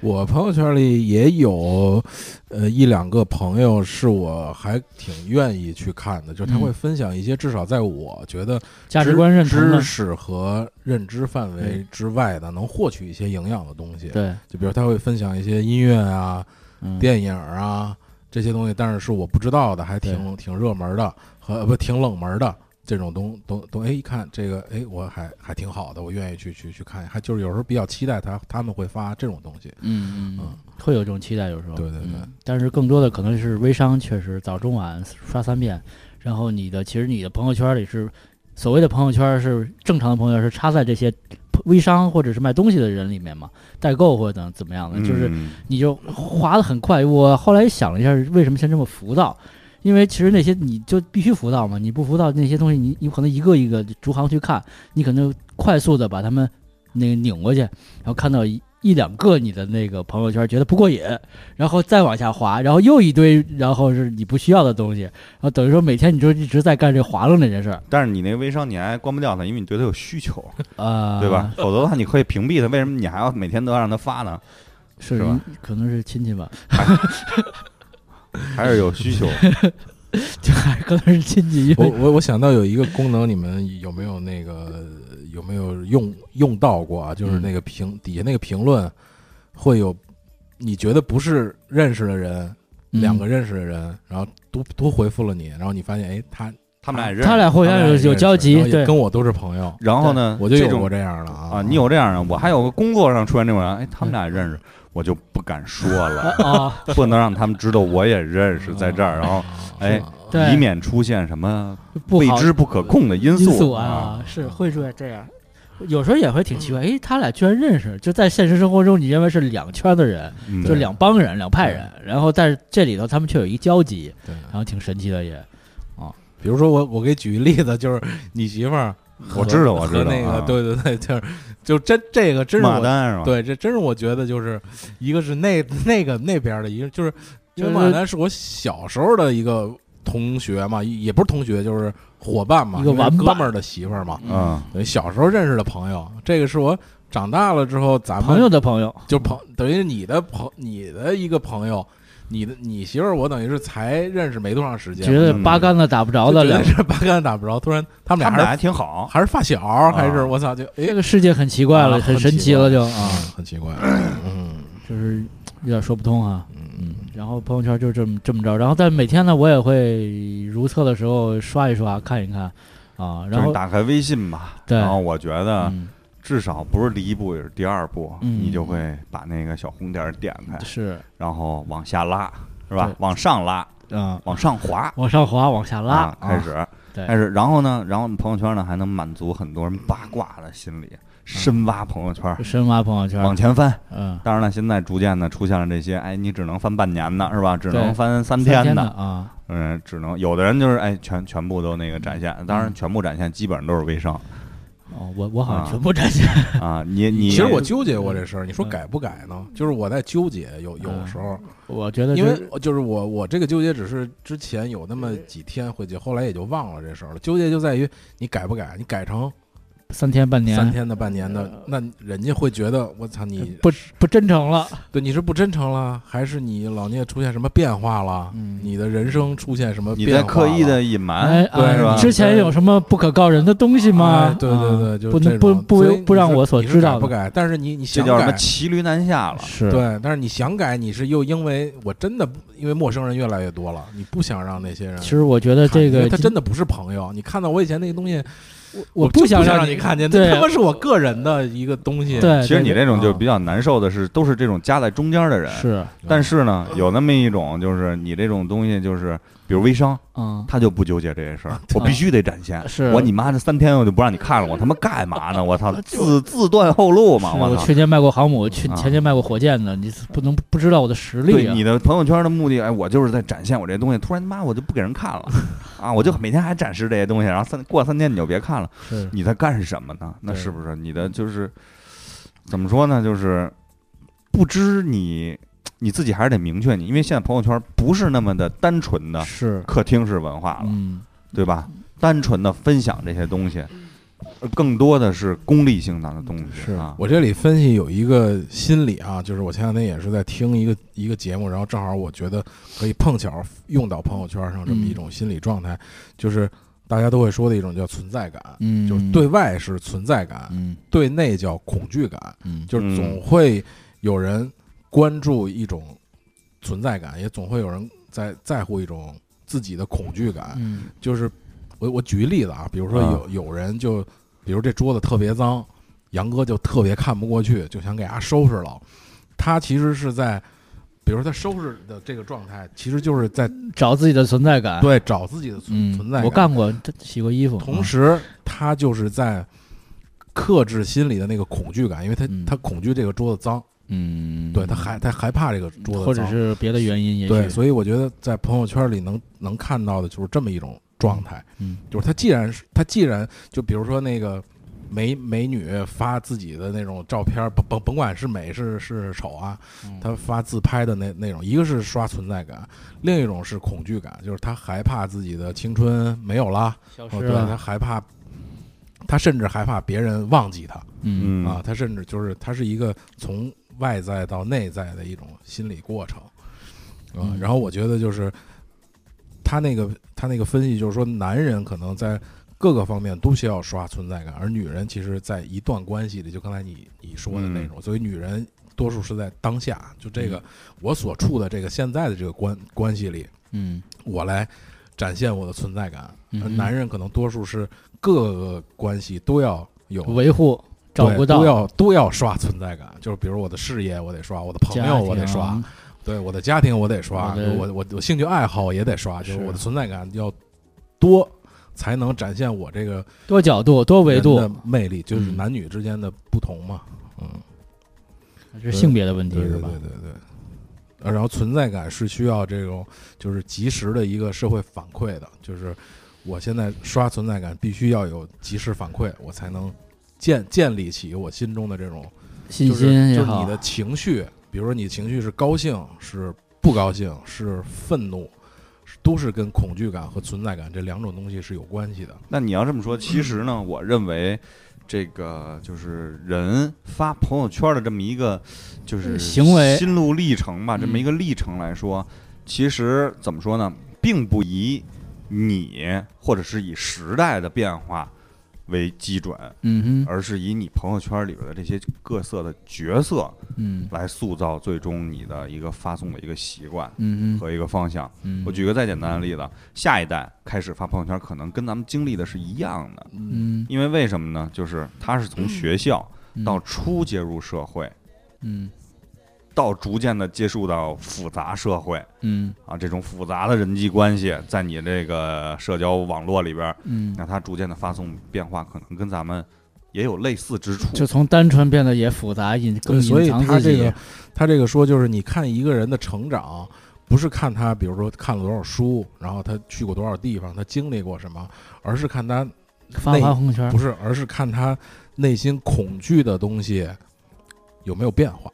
A: 我朋友圈里也有，呃，一两个朋友是我还挺愿意去看的，就是他
B: 嗯
A: 会分享一些至少在我觉得
B: 价值
A: 知
B: 观认同的
A: 知，识和认知范围之外的，能获取一些营养的东西。
B: 对，
A: 就比如他会分享一些音乐啊、
B: 嗯，
A: 电影啊这些东西，但是是我不知道的，还挺挺热门的和呃不挺冷门的这种东东东。哎，一看这个，哎，我还还挺好的，我愿意去去去看，还就是有时候比较期待他他们会发这种东西。
B: 嗯嗯
A: 嗯
B: 嗯，会有这种期待，有时候
A: 对对对
B: 嗯但是更多的可能是微商，确实早中晚刷三遍，然后你的其实你的朋友圈里是所谓的朋友圈是正常的朋友圈是插在这些微商或者是卖东西的人里面嘛，代购或者怎怎么样的，就是
F: 嗯
B: 你就滑得很快。我后来想了一下，为什么现在这么浮躁？因为其实那些你就必须浮躁嘛，你不浮躁那些东西你，你可能一个一个逐行去看，你可能快速的把他们那个拧过去，然后看到一一两个你的那个朋友圈，觉得不过瘾，然后再往下滑，然后又一堆，然后是你不需要的东西，然后等于说每天你就一直在干这滑楞这件事儿，
C: 但是你那个微商你还关不掉它，因为你对它有需求，
B: 啊、
C: 对吧？？否则的话，你可以屏蔽它，为什么你还要每天都要让它发呢？
B: 是
C: 是吧？
B: 可能是亲戚吧，
C: 还是有需求。
B: 就还可能是亲戚，因
A: 我
B: 为
A: 我我想到有一个功能，你们有没有那个有没有用用到过啊？
B: 嗯
A: 就是那个评、底下那个评论会有你觉得不是认识的人，两个
B: 人，
A: 认识的人，然后都都回复了你，然后你发现哎，他
C: 他们俩也认识，
B: 他俩互
A: 我
B: 相有有交集，对，
A: 跟我都是朋友，
C: 然后呢，
A: 我就
C: 嗯这
A: 有
C: 种
A: 过这样的啊
C: 啊，你有这样的，我还有个工作上出现这种人，哎，他们俩认识，我就不敢说了，
B: 啊，
C: 不能让他们知道我也认识在这儿，然后
A: 啊
C: 哎
B: 对
C: 以免出现什么
B: 不
C: 未
B: 好
C: 知不可控的因
B: 因素
C: 啊。
B: 啊，是会出现这样。有时候也会挺奇怪，诶，他俩居然认识，就在现实生活中，你认为是两圈的人，
C: 嗯
B: 就两帮人、两派人，然后但是这里头他们却有一交集，
A: 对，
B: 然后挺神奇的也。
A: 比如说我我给举个例子，就是你媳妇儿和，
C: 我知道我知
A: 和
C: 道
A: 那个
C: 啊
A: 对对对，就是就真这个真是
C: 骂
A: 我
C: 单是吧？，
A: 对，这真是我觉得就是一个是那那个那边的一个，就是因为
B: 就
A: 马
B: 是
A: 南是我小时候的一个同学嘛，也不是同学，就是伙伴嘛，
B: 一个
A: 因为
B: 玩
A: 哥
B: 伴
A: 们儿的媳妇儿嘛，
C: 嗯，
A: 等于小时候认识的朋友。这个是我长大了之后咱们
B: 朋友的朋友，
A: 就朋等于你的朋你的一个朋友，你的你媳妇儿我等于是才认识没多长时间，
B: 觉得八竿子打不着的
A: 就觉
B: 两
A: 得，是八竿子打不着，突然他们俩
C: 他们俩啊
A: 还
C: 还
A: 是
C: 挺好，
A: 还是发小，还是我操就
B: 这
A: 哎
B: 个世界很奇怪了，
A: 啊
B: 很
A: 很
B: 神
A: 奇
B: 奇了就
A: 啊
B: 啊，，
A: 很奇 怪，嗯
B: 就是有点说不通啊。
A: 嗯。
B: 然后朋友圈就这么这么着，然后但每天呢，我也会如厕的时候刷一刷，看一看啊，
C: 就
B: 然
C: 是
B: 后
C: 打开微信吧。
B: 对
C: 然后我觉得
B: 嗯
C: 至少不是第一步也是第二步，
B: 嗯
C: 你就会把那个小红点儿点开，
B: 是
C: 然后往下拉，是吧
B: 对？
C: 往上拉，
B: 啊，
C: 往上滑，
B: 往上滑，往下拉
C: 啊，，开始。
B: 对
C: 但是然后呢，然后朋友圈呢还能满足很多人八卦的心理，深挖朋友圈，
B: 深挖朋友圈，
C: 往前翻。
B: 嗯，
C: 当然了，现在逐渐的出现了这些，哎，你只能翻半年的是吧？只能翻三
B: 三
C: 天
B: 的
C: 的，
B: 啊，
C: 嗯，只能有的人就是哎，全全部都那个展现。当然，
B: 嗯
C: 全部展现基本上都是微商
B: 哦，我我好像
C: 啊
B: 全部占线，
C: 啊。你你
A: 其实我纠结过这事儿，你说改不改呢？就是我在纠结，有
B: 嗯
A: 有时候，
B: 我觉得
A: 因为
B: 是
A: 就是我我这个纠结只是之前有那么几天会纠，后来也就忘了这事儿了。纠结就在于你改不改，你改成
B: 三天半年
A: 三天的、半年
B: 呃
A: 的，那人家会觉得我操你
B: 不不真诚了，
A: 对你是不真诚了，还是你老聂出现什么变化了？
B: 嗯
A: 你的人生出现什么
C: 你
A: 变化
C: 在
A: 了？
C: 刻意的隐
B: 哎
C: 瞒，，
B: 啊
C: 是吧
B: 你？之前有什么不可告人的东西吗
A: 哎？对对对，
B: 啊
A: 就是
B: 不
A: 这
B: 能不
A: 种所以
B: 不
A: 你
B: 不让
A: 是
B: 我所
A: 你是
B: 知
A: 改
B: 道
A: 不
B: 的，
A: 改，但是你你
C: 这
A: 想
C: 叫什么
A: 改。
C: 骑驴难下了？
B: 是，
A: 对，但是你想改，你是又因为我真的不因为陌生人越来越多了，你不想让那些人
B: 其实我觉得
A: 看
B: 这
A: 啊因为
B: 个
A: 他真的不是朋友。你看到我以前那个东西，
B: 我
A: 就不
B: 想
A: 让
B: 你
A: 看见，
B: 对
A: 那他妈是我个人的一个东西。，
B: 哎对，
C: 其实你
B: 对啊
C: 这种就
A: 啊
C: 比较难受的是，都是这种夹在中间的人。
B: 是
C: 但是呢，有那么一种，就是你这种东西，就是比如微商，
B: 嗯，
C: 他就不纠结这些事儿，我必须得展现。
B: 啊是
C: 我你妈这三天我就不让你看了，我他妈干嘛呢？我操，自自断后路嘛！
B: 是
C: 我
B: 我
C: 操，
B: 去年卖过航母，去
C: 啊
B: 前年卖过火箭的，你不能不知道我的实力
C: 对
B: 啊
C: 你！的朋友圈的目的，哎，我就是在展现我这东西。突然他妈我就不给人 看了，啊，我就每天还展示这些东西，然后三过三天你就别看了，
B: 是
C: 你在干什么呢？那
B: 对
C: 是不是你的就是怎么说呢？就是不知你你自己还是得明确你，因为现在朋友圈不是那么的单纯
A: 啊
C: 的
B: 是，
C: 客厅式文化了。
B: 嗯，
C: 对吧？单纯的分享这些东西，更多的是功利性的东西啊。
A: 我这里分析有一个心理啊，就是我前两天也是在听一个一个节目，然后正好我觉得可以碰巧用到朋友圈上这
B: 嗯
A: 么一种心理状态，就是大家都会说的一种叫存在感，
G: 嗯，
A: 就是对，外是存在感，
G: 嗯
A: 对内叫恐惧感，
G: 嗯，
A: 就是总会有人关注一种存在感，也总会有人在在乎一种自己的恐惧感。
G: 嗯
A: 就是我我举个例子啊，比如说有、有人就，比如这桌子特别脏，杨哥就特别看不过去，就想给它收拾了。他其实是在，比如说他收拾的这个状态，其实就是在
B: 找自己的存在感。
A: 对找自己的存、
G: 嗯
A: 存在感。
B: 我干过，洗过啊衣服。
A: 同时他就是在克制心里的那个恐惧感，因为他、
G: 嗯
A: 他恐惧这个桌子脏，
G: 嗯，
A: 对他害他害怕这个
B: 嗯，
A: 桌子脏，
B: 或者是别的原因，也许嗯
A: 对，所以我觉得在朋友圈里能能看到的就是这么一种状态，
G: 嗯，
A: 就是他既然是他既然就比如说那个美美女发自己的那种照片，甭甭甭管是美是是丑啊，
B: 嗯
A: 她发自拍的那那种，一个是刷存在感，另一种是恐惧感，就是她害怕自己的青春没有啦，
B: 消
A: 哦，
B: 失
A: 对，她
B: 了。
A: 害怕，她甚至害怕别人忘记她。
G: 嗯
C: 嗯
A: 啊，它甚至就是它是一个从外在到内在的一种心理过程啊。
G: 嗯
A: 然后我觉得就是他那个他那个分析就是说，男人可能在各个方面都需要刷存在感，而女人其实，在一段关系里，就刚才你你说的
G: 嗯
A: 那种，所以女人多数是在当下，就这个我所处的这个现在的这个关关系里，
G: 嗯
A: 我来展现我的存在感，
G: 嗯
A: 而
G: 哼
A: 男人可能多数是各个关系都要有
B: 维护找
A: 对
B: 不到
A: 都，要都要刷存在感，就是比如我的事业我得刷，我的朋
B: 家
A: 友我得
B: 庭啊
A: 刷，对我的家庭我得刷，
B: 我的
A: 我我我兴趣爱好也得刷，就是
B: 是
A: 我的存在感要多，才能展现我这个
B: 多角度、多维
A: 人
B: 度
A: 的，魅力，就是
G: 嗯
A: 男女之间的不同嘛，嗯，
B: 是性别的问题
A: 对
B: 是
A: 对对
B: 吧？
A: 对对。呃然后存在感是需要这种就是及时的一个社会反馈的，就是我现在刷存在感必须要有及时反馈，我才能建建立起我心中的这种
B: 信
A: 就是
B: 心也
A: 就是
B: 好
A: 你，的情绪，比如说你情绪是高兴，是不高兴，是愤怒，是都是跟恐惧感和存在感这两种东西是有关系的。
C: 那你要这么说，其实呢，我认为这个就是人发朋友圈的这么一个就是
B: 嗯行为
C: 心路历程吧，
B: 嗯
C: 这么一个历程来说，其实怎么说呢，并不以你或者是以时代的变化为基准，
G: 嗯哼，
C: 而是以你朋友圈里边的这些各色的角色
G: 嗯
C: 来塑造最终你的一个发送的一个习惯
G: 嗯
C: 和一个方向。
G: 嗯，
C: 我举个再简单的例子，下一代开始发朋友圈，可能跟咱们经历的是一样的，
G: 嗯
C: 因为为什么呢？就是他是从学校
B: 嗯
C: 到初接入社会，
G: 嗯
C: 到逐渐的接触到复杂社会
G: 嗯
C: 啊，这种复杂的人际关系，在你这个社交网络里边，
G: 嗯，
A: 啊
C: 那他逐渐的发送变化，可能跟咱们也有类似之处。
B: 就从单纯变得也复杂，隐更
A: 对所
B: 隐
A: 以
B: 藏
A: 他
B: 自
A: 这
B: 己
A: 个。他这个说就是你看一个人的成长，不是看他比如说看了多少书，然后他去过多少地方，他经历过什么，而是看他
B: 发
A: 内
B: 发朋友圈
A: 不，是，而是看他内心恐惧的东西有没有变化。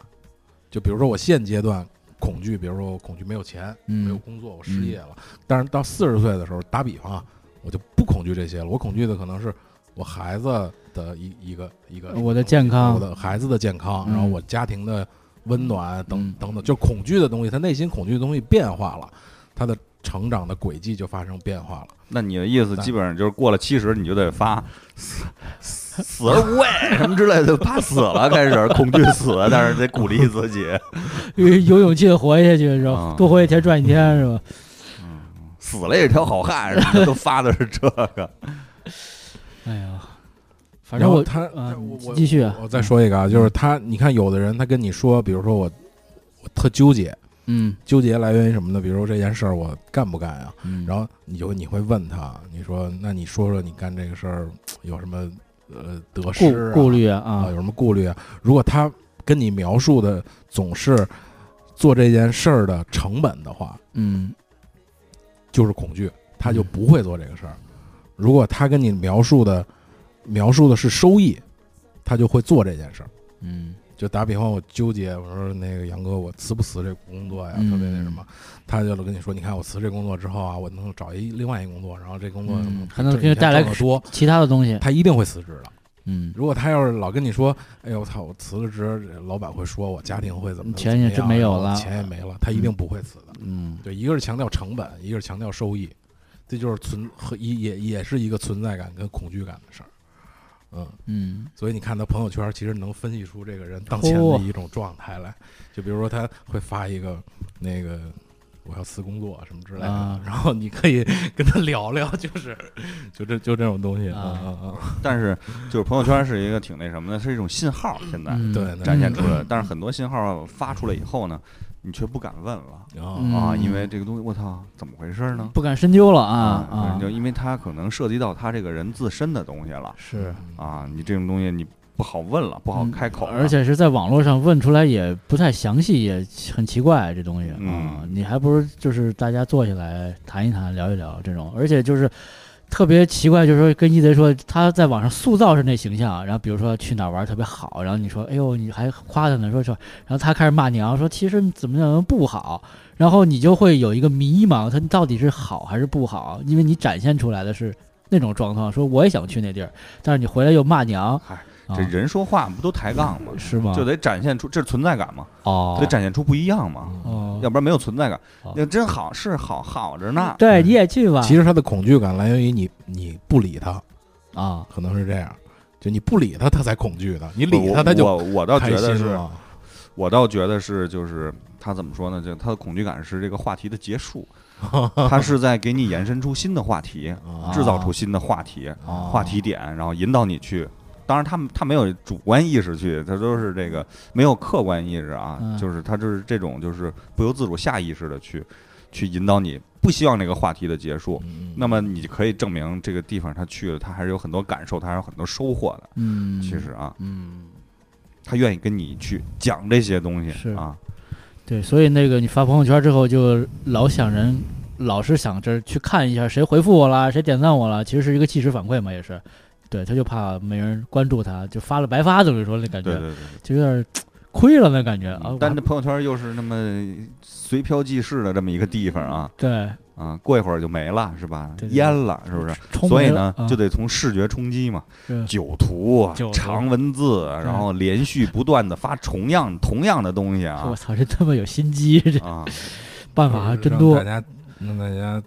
A: 就比如说我现阶段恐惧，比如说我恐惧没有钱，
G: 嗯
A: 没有工作，我失业了。但是到四十岁的时候，打比方啊，我就不恐惧这些了。我恐惧的可能是我孩子的一一个一个
B: 我的健康
A: 我的孩子的健康，
B: 嗯
A: 然后我家庭的温暖等、
G: 嗯
A: 等等，就恐惧的东西，他内心恐惧的东西变化了，他的成长的轨迹就发生变化了。
C: 那你的意思
A: 对
C: 基本上就是过了七十你就得发死死而 无畏什么之类的，怕死了开始恐惧死，但是得鼓励自 己。
B: 有有勇气的活下去是吧
C: 啊？
B: 多活一天赚一天是吧？
C: 死了也是条好 汉，什么的都发的是这个。
B: 哎呀，反
A: 然
B: 正
A: 后
B: 我
A: 他
B: 啊
A: 我我
B: 继续啊
A: 我再说一个啊，就是他，你看有的人他跟你说，比如说我我特纠结，
G: 嗯
A: 纠结来源于什么呢？比如说这件事儿我干不干啊？
G: 嗯，
A: 然后你就你会问他，你说那你说说你干这个事儿有什么呃得
B: 顾
A: 失、啊、
B: 顾虑啊
A: 啊，
B: 啊
A: 有，什么顾虑啊？如果他跟你描述的总是做这件事儿的成本的话，
G: 嗯
A: 就是恐惧，他就不会做这个事儿。如果他跟你描述的描述的是收益，他就会做这件事儿。
G: 嗯
A: 就打比方，我纠结，我说那个杨哥，我辞不辞这工作呀？
G: 嗯
A: 特别那什么，他就跟你说，你看我辞这工作之后啊，我能找一另外一工作，然后这工作
G: 嗯
B: 还能
A: 挣
B: 给你带来
A: 挣得多，
B: 其他的东西，
A: 他一定会辞职的。
B: 嗯，
A: 如果他要是老跟你说，哎呦我操，我辞了职，老板会说我家庭会怎么
B: 嗯钱也真没有了
A: 然后钱也没了，他一定不会辞的。
B: 嗯，
A: 对，一个是强调成本，一个是强调收益，这就是存和也也也是一个存在感跟恐惧感的事儿。嗯，
B: 嗯，
A: 所以你看他朋友圈，其实能分析出这个人当前的一种状态来。就比如说他会发一个那个我要辞工作什么之类的，
B: 啊
A: 然后你可以跟他聊聊，就是 就这就这种东西
B: 啊
A: 啊啊！
C: 但是就是朋友圈是一个挺那什么的，是一种信号，现在
B: 嗯
A: 对，
C: 展现出来的。但是很多信号发出来以后呢，你却不敢问了
A: 啊
B: 嗯
C: 啊，因为这个东西，我操，怎么回事呢？
B: 不敢深究了啊
C: 反正
B: 啊，
C: 嗯就因为它可能涉及到他这个人自身的东西了
B: 是
C: 啊，你这种东西你不好问了，不好
B: 嗯
C: 开口了，
B: 而且是在网络上问出来也不太详细，也很奇怪这东西啊
C: 嗯，
B: 你还不如就是大家坐下来谈一谈、聊一聊这种，而且就是。特别奇怪，就是说跟一贼说他在网上塑造是那形象，然后比如说去哪儿玩特别好，然后你说哎呦你还夸他呢，说说，然后他开始骂娘，说其实你怎么怎么不好，然后你就会有一个迷茫，他到底是好还是不好，因为你展现出来的是那种状况，说我也想去那地儿，但是你回来又骂娘，
C: 嗨
B: 啊
C: 这人说话不都抬杠吗？
B: 是
A: 啊
B: 吗？
C: 就得展现出这是存在感嘛，
B: 哦，
C: 得展现出不一样嘛，
B: 哦，
A: 啊
C: 要不然没有存在感
B: 哦。
C: 那真好是好好着呢，
B: 对，你也去吧。
A: 其实他的恐惧感来源于你你不理他，
B: 啊，
A: 可能是这样，就你不理他，他才恐惧的，你理他他就
C: 我我我倒觉
A: 开
C: 得
A: 心
C: 是，
A: 了。
C: 我倒觉得是，就是他怎么说呢？就他的恐惧感是这个话题的 结束，他是在给你延伸出新的话题，
A: 啊
C: 制造出新的话题、
B: 哦
C: 话题点，然后引导你去。当然，他们他没有主观意识去，他都是这个没有客观意识啊，
B: 嗯
C: 就是他就是这种就是不由自主、下意识的去去引导你，不希望这个话题的结束。
A: 嗯
C: 那么你可以证明这个地方他去了，他还是有很多感受，他还是有很多收获的。
B: 嗯，
C: 其实啊，
B: 嗯，
C: 他愿意跟你去讲这些东西
B: 是
C: 啊，
B: 对，所以那个你发朋友圈之后，就老想人，老是想着去看一下谁回复我啦，谁点赞我啦，其实是一个即时反馈嘛，也是。对，他就怕没人关注他，就发了白发，等于说那感
C: 对
B: 觉
C: 对对。
B: 就有点嘖亏了那感觉啊
C: 嗯。但
B: 我
C: 这朋友圈又是那么随飘即逝的这么一个地方啊
B: 对
C: 啊，过一会儿就没了是吧？
B: 对对对
C: 淹了是不是？
B: 冲
C: 所以
B: 没
C: 呢
B: 了，啊
C: 就得从视觉冲击嘛，
B: 是
C: 九图啊
B: 九图
C: 长文字，啊然后连续不断的发重样同样的东西啊
B: 我操，这他妈有心机，这
C: 啊，
B: 办法还真
A: 让
B: 多。
A: 大家让大家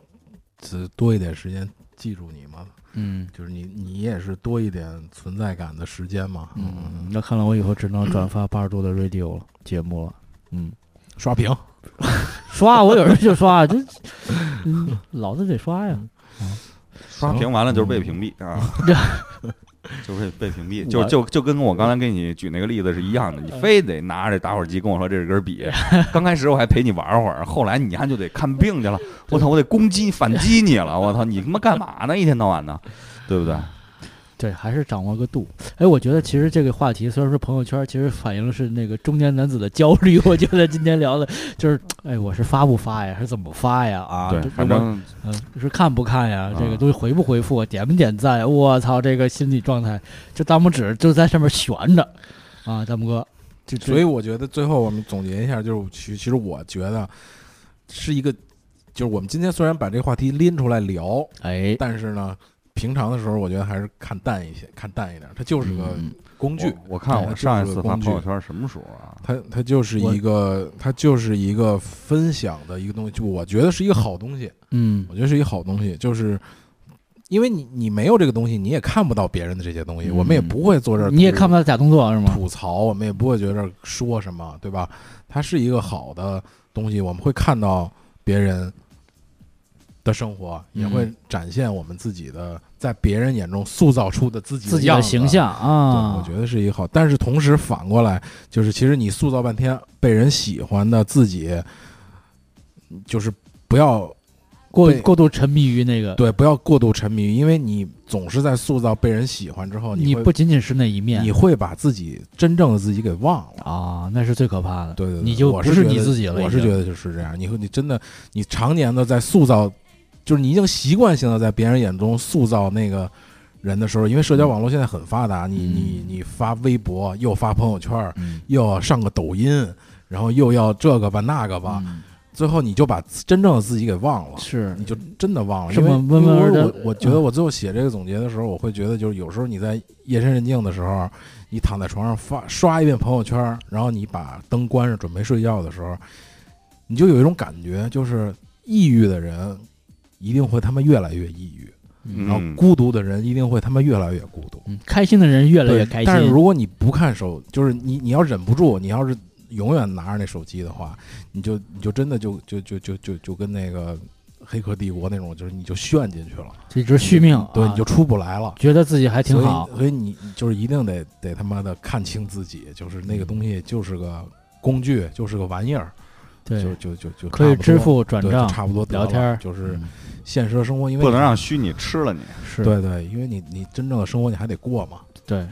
A: 只多一点时间记住你嘛，
B: 嗯
A: 就是你你也是多一点存在感的时间嘛。
B: 嗯，，那看来我以后只能转发八十度的 radio 了节目了。嗯。
A: 刷 屏，
B: 刷，我有时候就刷， 就嗯老子得刷呀。
C: 刷屏完了就是被屏蔽啊， 就是被被屏蔽，就
B: 我
C: 就就跟我刚才给你举那个例子是一样的，你非得拿着打火机跟我说这是根笔，刚开始我还陪你玩会儿，后来你还就得看病去了，我操，我得攻击反击你了，我操，你他妈干嘛呢？一天到晚的，对不对？
B: 对，还是掌握个度。哎，我觉得其实这个话题虽然说朋友圈，其实反映的是那个中年男子的焦虑。我觉得今天聊的就是，哎，我是发不发呀，是怎么发呀？啊，
C: 对
B: 这，
C: 反正
B: 嗯、是看不看呀？这个
C: 啊
B: 东西回不回复啊？点不点赞呀？我操，这个心理状态，这大拇指就在上面悬着啊，大拇哥。就
A: 所以我觉得最后我们总结一下，就是其其实我觉得是一个，就是我们今天虽然把这个话题拎出来聊，
B: 哎，
A: 但是呢，平常的时候我觉得还是看淡一些，看淡一点，它就是个
B: 嗯
A: 工具，
C: 我我看我上一次发
A: 工具
C: 朋友圈什么时候啊？
A: 它它就是一个，它就是一个分享的一个东西，就我觉得是一个好东西，
B: 嗯
A: 我觉得是一个好东西，就是。因为你你没有这个东西，你也看不到别人的这些东西，
B: 嗯
A: 我们也不会坐这儿，
B: 你也看不到假动作是吗？
A: 吐槽，我们也不会觉得说什么，对吧？它是一个好的东西，我们会看到别人的生活，也会
B: 嗯
A: 展现我们自己的，在别人眼中塑造出的自己
B: 自己
A: 样
B: 的
A: 子
B: 形。象
A: 对，
B: 啊，
A: 我觉得是一个好，但是同时反过来，就是其实你塑造半天被人喜欢的自己，就是不要
B: 过
A: 对
B: 过度沉迷于那个，
A: 对不要过度沉迷，因为你总是在塑造被人喜欢之后，
B: 你
A: 哦会
B: 不仅仅是那一面
A: 你会把自己真正的自己给忘了。
B: 啊，那是最可怕的。
A: 对对对，
B: 你就
A: 我
B: 不
A: 是
B: 是
A: 觉
B: 你
A: 得
B: 自己了
A: 我
B: 已
A: 是
B: 经
A: 觉得就是这样，你会你真的你常年的在塑造，就是你已经习惯性的在别人眼中塑造那个人的时候，因为社
B: 嗯
A: 交网络现在很发达，你你你发微博，又发朋友圈，
B: 嗯，
A: 又要上个抖音，然后又要这个吧那个吧，
B: 嗯
A: 最后你就把真正的自己给忘了，
B: 是
A: 你就真的忘了。
B: 什
A: 因为
B: 么温文尔
A: 因
B: 嗯
A: 为
B: 雅
A: 我我我觉得我最后写这个总结的时候，我会觉得就是有时候你在夜深人静的时候，你躺在床上发刷一遍朋友圈，然后你把灯关上准备睡觉的时候，你就有一种感觉，就是抑郁的人一定会他妈越来越抑郁，
B: 嗯
A: 然后
E: 嗯
A: 孤独的人一定会他妈越来越孤独。
B: 嗯，开心的人越来
A: 对，
B: 越开心。
A: 但是如果你不看手，就是你你要忍不住，你要是永远拿着那手机的话，你就你就真的就就就就就就跟那个《黑客帝国》那种，就是你就陷进去了，
B: 这只续命啊，
A: 对，你就出不来了。
B: 觉得自己还挺好
A: 所以，所以你就是一定得得他妈的看清自己，就是那
B: 嗯
A: 个东西就是个工具，就是个玩意儿，
B: 对，
A: 就就就就
B: 可以
A: 差不多
B: 支付转
A: 对
B: 账
A: 就，差不多得
B: 聊
A: 了
B: 天儿
A: 就是
B: 嗯
A: 现实的生活，因为
E: 不
A: 你
E: 能让虚拟吃了你。
B: 是
A: 对对，因为你你真正的生活你还得过嘛，
B: 对，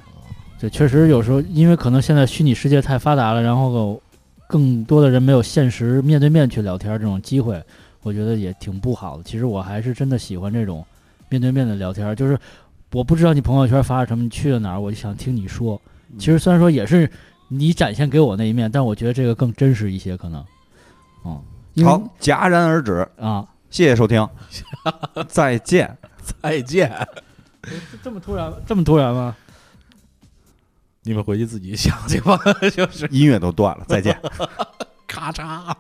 B: 对，确实有时候因为可能现在虚拟世界太发达了，然后更多的人没有现实面对面去聊天这种机会，我觉得也挺不好的。其实我还是真的喜欢这种面对面的聊天，就是我不知道你朋友圈发了什么，你去了哪儿，我就想听你说。其实虽然说也是你展现给我那一面，但我觉得这个更真实一些，可能，嗯，因为
E: 好，戛然而止，
B: 啊，
E: 谢谢收 听，再见。
A: 再见。
B: 这么突然，这么突然吗？
A: 你们回去自己想去吧，就是
E: 音乐都断了，再 见。
A: 咔嚓。
B: 啊。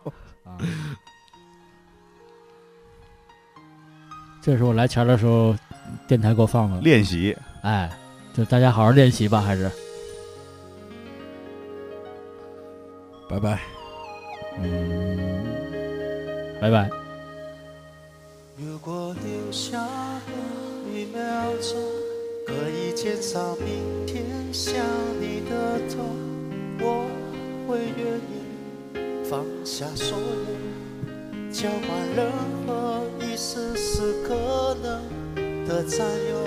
B: 这是我来前儿的时候，电台给我放的。
E: 练习。
B: 哎，就大家好好练习吧，还是
A: 拜拜。
B: 嗯，拜拜。
H: 如果留下一秒钟，可以减少明天想你的痛，我会愿意放下所有，交换任何一丝丝可能的占有。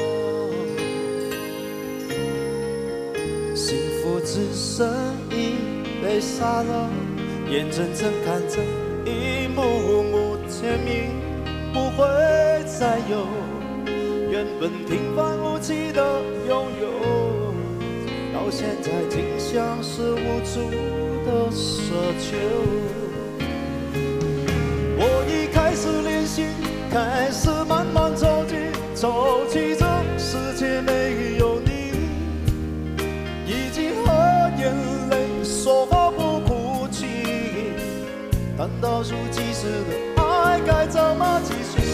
H: 幸福只剩一杯沙漏，眼睁睁看着一幕幕甜蜜。不会再有原本平凡无奇的拥有，到现在竟像是无助的奢求。我已开始练习，开始慢慢抽泣，抽泣这世界没有你。已经和眼泪说话不哭泣，难道如即时的爱该怎么继续？